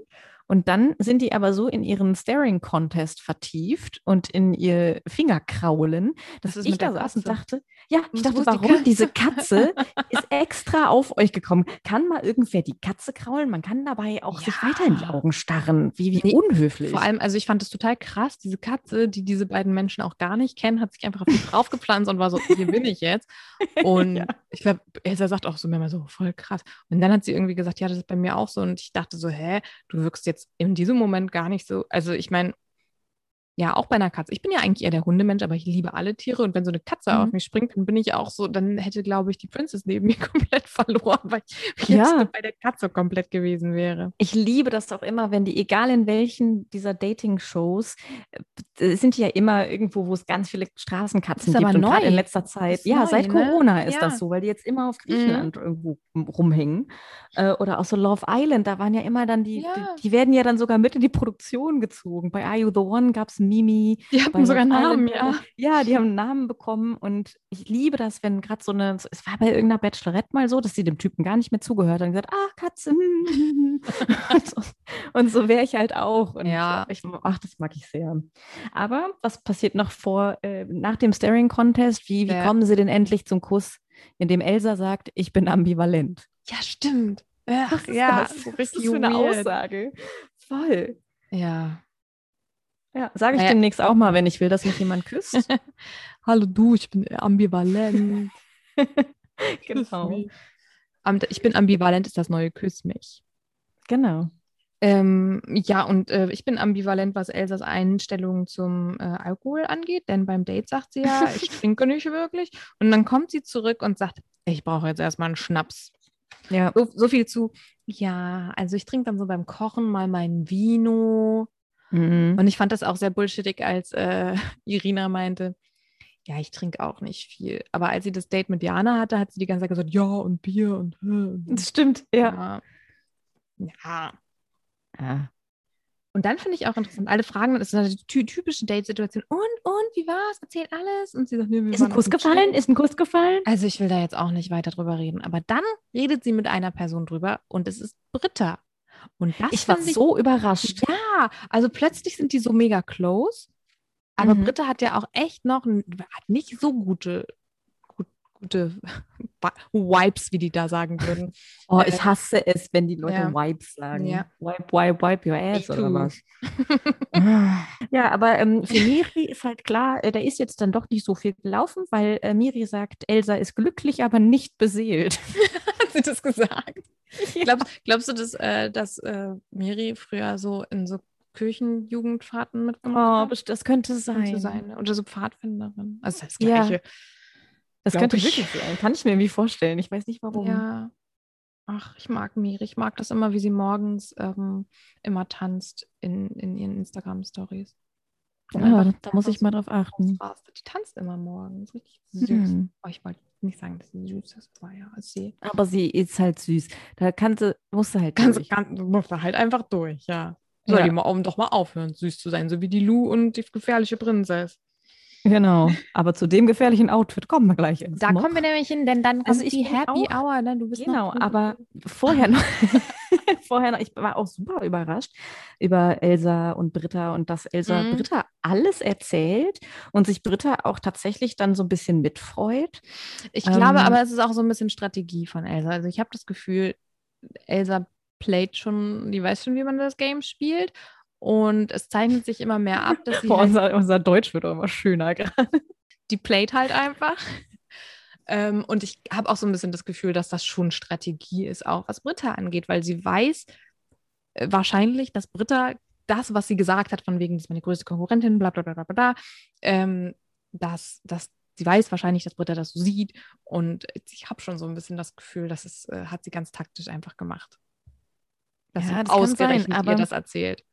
[SPEAKER 3] Und dann sind die aber so in ihren Staring-Contest vertieft und in ihr Fingerkraulen, dass
[SPEAKER 1] Was ist
[SPEAKER 3] ich
[SPEAKER 1] mit
[SPEAKER 3] da
[SPEAKER 1] der
[SPEAKER 3] saß und
[SPEAKER 1] Katze?
[SPEAKER 3] dachte, ja, ich
[SPEAKER 1] Was
[SPEAKER 3] dachte,
[SPEAKER 1] muss die
[SPEAKER 3] warum
[SPEAKER 1] Katze?
[SPEAKER 3] diese Katze ist extra auf euch gekommen? Kann mal irgendwer die Katze kraulen? Man kann dabei auch sich
[SPEAKER 1] Ja.
[SPEAKER 3] weiter in die Augen starren. Wie, wie
[SPEAKER 1] Nee,
[SPEAKER 3] unhöflich.
[SPEAKER 1] Vor allem, also ich fand es total krass, diese Katze, die diese beiden Menschen auch gar nicht kennen, hat sich einfach auf die draufgepflanzt und war so, hier bin ich jetzt. Und
[SPEAKER 3] Ja.
[SPEAKER 1] ich glaube, er sagt auch so mir mal so, voll krass. Und dann hat sie irgendwie gesagt, ja, das ist bei mir auch so. Und ich dachte so, hä, du wirkst jetzt in diesem Moment gar nicht so. Also ich meine, ja, auch bei einer Katze. Ich bin ja eigentlich eher der Hundemensch, aber ich liebe alle Tiere. Und wenn so eine Katze
[SPEAKER 3] Mhm.
[SPEAKER 1] auf mich springt, dann bin ich auch so, dann hätte, glaube ich, die Princess neben mir komplett verloren, weil ich
[SPEAKER 3] Ja.
[SPEAKER 1] jetzt bei der Katze komplett gewesen wäre.
[SPEAKER 3] Ich liebe das doch immer, wenn die, egal in welchen dieser Dating-Shows, äh, sind die ja immer irgendwo, wo es ganz viele Straßenkatzen
[SPEAKER 1] Ist aber
[SPEAKER 3] gibt. und gerade
[SPEAKER 1] neu.
[SPEAKER 3] in letzter Zeit,
[SPEAKER 1] Ist
[SPEAKER 3] ja,
[SPEAKER 1] neu,
[SPEAKER 3] seit
[SPEAKER 1] ne?
[SPEAKER 3] Corona ist
[SPEAKER 1] Ja. Mhm.
[SPEAKER 3] das so, weil die jetzt immer auf Griechenland irgendwo rumhängen. Äh, oder auch so Love Island, da waren ja immer dann die,
[SPEAKER 1] Ja.
[SPEAKER 3] die, die werden ja dann sogar mit in die Produktion gezogen. Bei Are You the One gab es Mimi.
[SPEAKER 1] Die
[SPEAKER 3] Bei
[SPEAKER 1] hatten sogar
[SPEAKER 3] Love
[SPEAKER 1] Namen,
[SPEAKER 3] Island,
[SPEAKER 1] ja.
[SPEAKER 3] Ja, die haben einen Namen bekommen und ich liebe das, wenn gerade so eine, es war bei irgendeiner Bachelorette mal so, dass sie dem Typen gar nicht mehr zugehört hat und gesagt, ah, Katze. mm, mm, mm." und so, und so wäre ich halt auch. Und
[SPEAKER 1] Ja.
[SPEAKER 3] ich, ach, das mag ich sehr. Aber was passiert noch vor, äh, nach dem Staring-Contest? Wie, wie
[SPEAKER 1] Ja.
[SPEAKER 3] kommen sie denn endlich zum Kuss, in dem Elsa sagt, ich bin ambivalent?
[SPEAKER 1] Ja, stimmt. Ach,
[SPEAKER 3] Was ist
[SPEAKER 1] ja,
[SPEAKER 3] das?
[SPEAKER 1] so
[SPEAKER 3] Was ist
[SPEAKER 1] richtig
[SPEAKER 3] das für eine
[SPEAKER 1] weird.
[SPEAKER 3] Aussage? Voll.
[SPEAKER 1] Ja.
[SPEAKER 3] Ja, sage ich
[SPEAKER 1] Naja.
[SPEAKER 3] demnächst auch mal, wenn ich will, dass mich jemand küsst.
[SPEAKER 1] Hallo du, ich bin äh, ambivalent. Küss
[SPEAKER 3] genau.
[SPEAKER 1] mich. Am- Ich bin ambivalent, ist das neue Küss mich.
[SPEAKER 3] Genau.
[SPEAKER 1] Ähm, ja, und äh, ich bin ambivalent, was Elsas Einstellung zum äh, Alkohol angeht, denn beim Date sagt sie ja, ich trinke nicht wirklich. Und dann kommt sie zurück und sagt, ich brauche jetzt erstmal einen Schnaps.
[SPEAKER 3] Ja.
[SPEAKER 1] So, so viel zu, ja, also ich trinke dann so beim Kochen mal mein Vino.
[SPEAKER 3] Mhm.
[SPEAKER 1] Und ich fand das auch sehr bullshittig, als äh, Irina meinte, ja, ich trinke auch nicht viel. Aber als sie das Date mit Jana hatte, hat sie die ganze Zeit gesagt, ja, und Bier und. äh, und
[SPEAKER 3] Das stimmt, ja.
[SPEAKER 1] ja. ja.
[SPEAKER 3] ja.
[SPEAKER 1] Und dann finde ich auch interessant, alle fragen, das ist eine ty typische Date-Situation. Und, und, wie war's? Erzählt alles. Und sie sagt, nee, wir
[SPEAKER 3] Ist ein
[SPEAKER 1] waren auf
[SPEAKER 3] Kuss
[SPEAKER 1] dem
[SPEAKER 3] gefallen?
[SPEAKER 1] Chill.
[SPEAKER 3] Ist ein Kuss gefallen?
[SPEAKER 1] Also ich will da jetzt auch nicht weiter drüber reden. Aber dann redet sie mit einer Person drüber und es ist Britta. Und das
[SPEAKER 3] Ich war
[SPEAKER 1] fand ich
[SPEAKER 3] so überrascht.
[SPEAKER 1] Ja, also plötzlich sind die so mega close. Aber
[SPEAKER 3] Mhm.
[SPEAKER 1] Britta hat ja auch echt noch n- hat nicht so gute, gut, gute Vibes, wie die da sagen würden.
[SPEAKER 3] Oh,
[SPEAKER 1] Äh,
[SPEAKER 3] ich hasse es, wenn die Leute
[SPEAKER 1] ja.
[SPEAKER 3] Wipes sagen.
[SPEAKER 1] Ja.
[SPEAKER 3] Wipe, wipe, wipe your ass
[SPEAKER 1] Me
[SPEAKER 3] oder
[SPEAKER 1] too.
[SPEAKER 3] was? ja, aber ähm, für Miri ist halt klar, äh, da ist jetzt dann doch nicht so viel gelaufen, weil äh, Miri sagt, Elsa ist glücklich, aber nicht beseelt.
[SPEAKER 1] hat sie das gesagt? Glaubst, glaubst du, dass, äh, dass äh, Miri früher so in so Kirchenjugendfahrten
[SPEAKER 3] Oh,
[SPEAKER 1] mitgemacht hat? um
[SPEAKER 3] best- das könnte sein.
[SPEAKER 1] Zu sein? Oder so Pfadfinderin? Also das
[SPEAKER 3] Ja,
[SPEAKER 1] Gleiche.
[SPEAKER 3] Das
[SPEAKER 1] Glaub
[SPEAKER 3] könnte
[SPEAKER 1] ich.
[SPEAKER 3] wirklich sein. Kann ich mir irgendwie vorstellen. Ich weiß nicht warum.
[SPEAKER 1] Ja. Ach, ich mag Miri. Ich mag das immer, wie sie morgens ähm, immer tanzt in, in ihren Instagram-Stories. Und
[SPEAKER 3] Ah,
[SPEAKER 1] einfach
[SPEAKER 3] da muss ich mal drauf achten.
[SPEAKER 1] ausrastet. Die tanzt immer morgens. Richtig süß.
[SPEAKER 3] Hm.
[SPEAKER 1] Oh, ich wollte nicht sagen, dass sie süß ist, aber ja, ist sie.
[SPEAKER 3] Aber sie ist halt süß. Da kannte, musste halt.
[SPEAKER 1] Ganz,
[SPEAKER 3] durch.
[SPEAKER 1] ganz, muss da halt einfach durch, ja. Soll
[SPEAKER 3] Ja.
[SPEAKER 1] die mal um, doch mal aufhören, süß zu sein, so wie die Lu und die gefährliche Prinzess.
[SPEAKER 3] Genau. Aber zu dem gefährlichen Outfit kommen wir gleich. erst
[SPEAKER 1] Da
[SPEAKER 3] noch.
[SPEAKER 1] kommen wir nämlich hin, denn dann kommt
[SPEAKER 3] Also
[SPEAKER 1] also
[SPEAKER 3] ich
[SPEAKER 1] die
[SPEAKER 3] bin
[SPEAKER 1] Happy
[SPEAKER 3] auch-
[SPEAKER 1] Hour, ne? Du bist
[SPEAKER 3] Genau,
[SPEAKER 1] noch drin.
[SPEAKER 3] aber vorher noch, vorher noch, ich war auch super überrascht über Elsa und Britta und dass Elsa
[SPEAKER 1] Mhm.
[SPEAKER 3] Britta alles erzählt und sich Britta auch tatsächlich dann so ein bisschen mitfreut.
[SPEAKER 1] Ich glaube
[SPEAKER 3] Ähm,
[SPEAKER 1] aber, es ist auch so ein bisschen Strategie von Elsa. Also ich habe das Gefühl, Elsa playt schon, die weiß schon, wie man das Game spielt. Und es zeichnet sich immer mehr ab, dass sie
[SPEAKER 3] Boah,
[SPEAKER 1] halt,
[SPEAKER 3] unser, unser Deutsch wird auch immer schöner gerade.
[SPEAKER 1] die playt halt einfach. Ähm, und ich habe auch so ein bisschen das Gefühl, dass das schon Strategie ist, auch was Britta angeht, weil sie weiß äh, wahrscheinlich, dass Britta das, was sie gesagt hat, von wegen, das ist meine größte Konkurrentin, bla bla bla bla bla, bla, ähm, dass, dass sie weiß wahrscheinlich, dass Britta das so sieht. Und ich habe schon so ein bisschen das Gefühl, dass es äh, hat sie ganz taktisch einfach gemacht. Dass
[SPEAKER 3] Ja,
[SPEAKER 1] sie
[SPEAKER 3] das kann sein,
[SPEAKER 1] ausgerechnet
[SPEAKER 3] aber-
[SPEAKER 1] ihr das erzählt.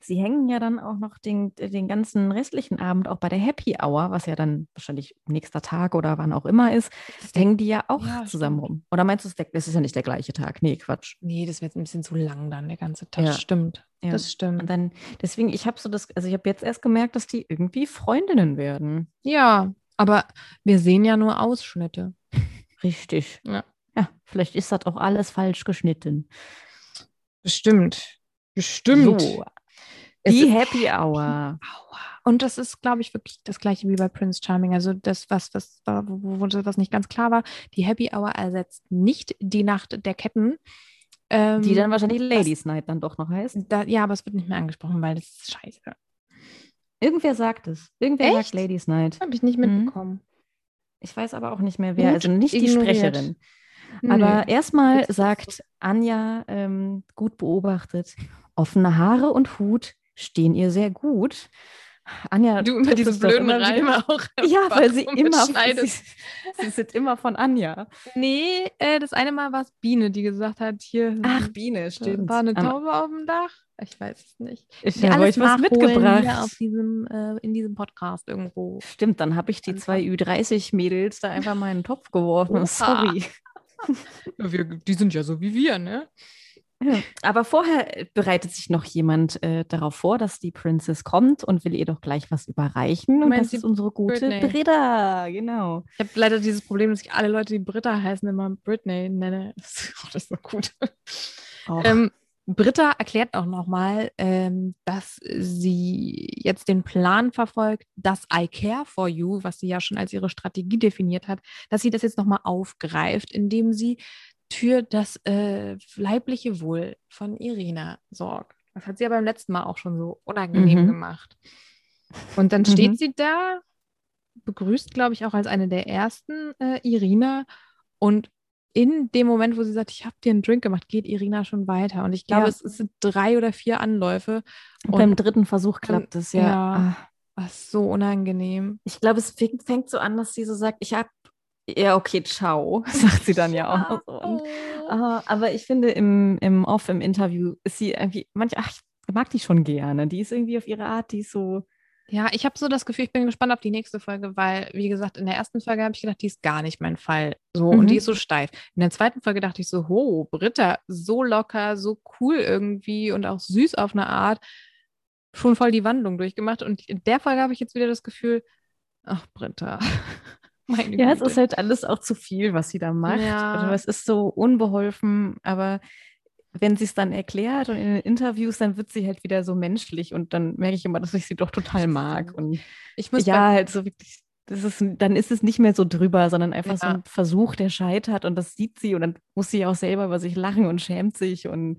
[SPEAKER 3] Sie hängen ja dann auch noch den, den ganzen restlichen Abend auch bei der Happy Hour, was ja dann wahrscheinlich nächster Tag oder wann auch immer ist, hängen die ja auch
[SPEAKER 1] Ja,
[SPEAKER 3] zusammen
[SPEAKER 1] stimmt.
[SPEAKER 3] rum. Oder meinst du, es ist der- es ist ja nicht der gleiche Tag? Nee, Quatsch.
[SPEAKER 1] Nee, das wird jetzt ein bisschen zu lang dann, der ganze Tag.
[SPEAKER 3] Ja.
[SPEAKER 1] Stimmt.
[SPEAKER 3] Ja.
[SPEAKER 1] Das stimmt.
[SPEAKER 3] Und dann, deswegen, ich habe so das, also ich habe jetzt erst gemerkt, dass die irgendwie Freundinnen werden.
[SPEAKER 1] Ja, aber wir sehen ja nur Ausschnitte.
[SPEAKER 3] Richtig.
[SPEAKER 1] Ja.
[SPEAKER 3] Ja, vielleicht ist das auch alles falsch geschnitten.
[SPEAKER 1] Bestimmt. Bestimmt.
[SPEAKER 3] So,
[SPEAKER 1] Es
[SPEAKER 3] die
[SPEAKER 1] ist-
[SPEAKER 3] Happy Hour.
[SPEAKER 1] Aua. Und das ist, glaube ich, wirklich das gleiche wie bei Prince Charming. Also das, was, was, war- wo, wo, was nicht ganz klar war, die Happy Hour ersetzt nicht die Nacht der Ketten. Ähm,
[SPEAKER 3] Die dann wahrscheinlich Ladies Night dann doch noch heißt.
[SPEAKER 1] da, ja, aber es wird nicht mehr angesprochen, weil das ist scheiße.
[SPEAKER 3] Irgendwer sagt es. Irgendwer
[SPEAKER 1] Echt?
[SPEAKER 3] sagt Ladies Night.
[SPEAKER 1] Habe ich nicht
[SPEAKER 3] Mhm.
[SPEAKER 1] mitbekommen.
[SPEAKER 3] Ich weiß aber auch nicht mehr wer.
[SPEAKER 1] Gut
[SPEAKER 3] also nicht die
[SPEAKER 1] ignoriert.
[SPEAKER 3] Sprecherin. Aber
[SPEAKER 1] Nö.
[SPEAKER 3] erstmal
[SPEAKER 1] Jetzt ist
[SPEAKER 3] sagt Anja, ähm, gut beobachtet, offene Haare und Hut stehen ihr sehr gut. Anja,
[SPEAKER 1] du immer
[SPEAKER 3] trifft
[SPEAKER 1] diese
[SPEAKER 3] es doch
[SPEAKER 1] blöden
[SPEAKER 3] immer wieder-
[SPEAKER 1] Reime auch.
[SPEAKER 3] Ja, weil sie
[SPEAKER 1] Warum
[SPEAKER 3] immer,
[SPEAKER 1] Oh
[SPEAKER 3] sie,
[SPEAKER 1] beschneidest?
[SPEAKER 3] sie sind immer von Anja.
[SPEAKER 1] Nee, äh, das eine Mal war es Biene, die gesagt hat, hier
[SPEAKER 3] Biene,
[SPEAKER 1] äh, war eine
[SPEAKER 3] Am-
[SPEAKER 1] Taube auf dem Dach. Ich weiß es nicht.
[SPEAKER 3] Ich
[SPEAKER 1] Wir
[SPEAKER 3] habe euch was
[SPEAKER 1] nachholen Hier auf
[SPEAKER 3] mitgebracht.
[SPEAKER 1] diesem, äh, in diesem Podcast irgendwo.
[SPEAKER 3] Stimmt, dann habe ich die zwei Ü30-Mädels da einfach mal in den Topf geworfen.
[SPEAKER 1] Oha.
[SPEAKER 3] Sorry.
[SPEAKER 1] die sind ja so wie wir, ne?
[SPEAKER 3] Ja. Aber vorher bereitet sich noch jemand äh, darauf vor, dass die Princess kommt und will ihr doch gleich was überreichen. Und
[SPEAKER 1] Meinst
[SPEAKER 3] das
[SPEAKER 1] du
[SPEAKER 3] ist unsere gute
[SPEAKER 1] Britney?
[SPEAKER 3] Britta, genau.
[SPEAKER 1] Ich habe leider dieses Problem, dass ich alle Leute, die Britta heißen, immer Britney nenne. Das, oh, das ist doch gut. Ähm, Britta erklärt auch nochmal, ähm, dass sie jetzt den Plan verfolgt, das I Care for You, was sie ja schon als ihre Strategie definiert hat, dass sie das jetzt nochmal aufgreift, indem sie für das äh, leibliche Wohl von Irina sorgt. Das hat sie ja beim letzten Mal auch schon so unangenehm
[SPEAKER 3] Mhm.
[SPEAKER 1] gemacht. Und dann steht
[SPEAKER 3] Mhm.
[SPEAKER 1] sie da, begrüßt, glaube ich, auch als eine der ersten äh, Irina und in dem Moment, wo sie sagt, ich habe dir einen Drink gemacht, geht Irina schon weiter. Und ich glaube,
[SPEAKER 3] Ja.
[SPEAKER 1] es sind drei oder vier Anläufe.
[SPEAKER 3] Und beim dritten Versuch klappt es, ja.
[SPEAKER 1] ja.
[SPEAKER 3] Ah.
[SPEAKER 1] Was so unangenehm.
[SPEAKER 3] Ich glaube, es fängt, fängt so an, dass sie so sagt, ich habe, ja, okay, ciao, sagt sie dann ja auch. so. Und, ah, aber ich finde, im, im Off, im Interview, ist sie irgendwie, manch, ach, ich mag die schon gerne. Die ist irgendwie auf ihre Art, die ist so,
[SPEAKER 1] Ja, ich habe so das Gefühl, ich bin gespannt auf die nächste Folge, weil, wie gesagt, in der ersten Folge habe ich gedacht, die ist gar nicht mein Fall. So,
[SPEAKER 3] Mhm.
[SPEAKER 1] und die ist so steif. In der zweiten Folge dachte ich so, ho, Britta, so locker, so cool irgendwie und auch süß auf eine Art. Schon voll die Wandlung durchgemacht. Und in der Folge habe ich jetzt wieder das Gefühl, ach, Britta. Meine
[SPEAKER 3] Ja, es
[SPEAKER 1] Güte.
[SPEAKER 3] ist halt alles auch zu viel, was sie da macht.
[SPEAKER 1] Ja.
[SPEAKER 3] Also es ist so unbeholfen, aber wenn sie es dann erklärt und in den Interviews, dann wird sie halt wieder so menschlich und dann merke ich immer, dass ich sie doch total mag. Und
[SPEAKER 1] ich muss
[SPEAKER 3] ja, halt so wirklich, das ist, dann ist es nicht mehr so drüber, sondern einfach so
[SPEAKER 1] Ja.
[SPEAKER 3] ein Versuch, der scheitert und das sieht sie und dann muss sie auch selber über sich lachen und schämt sich und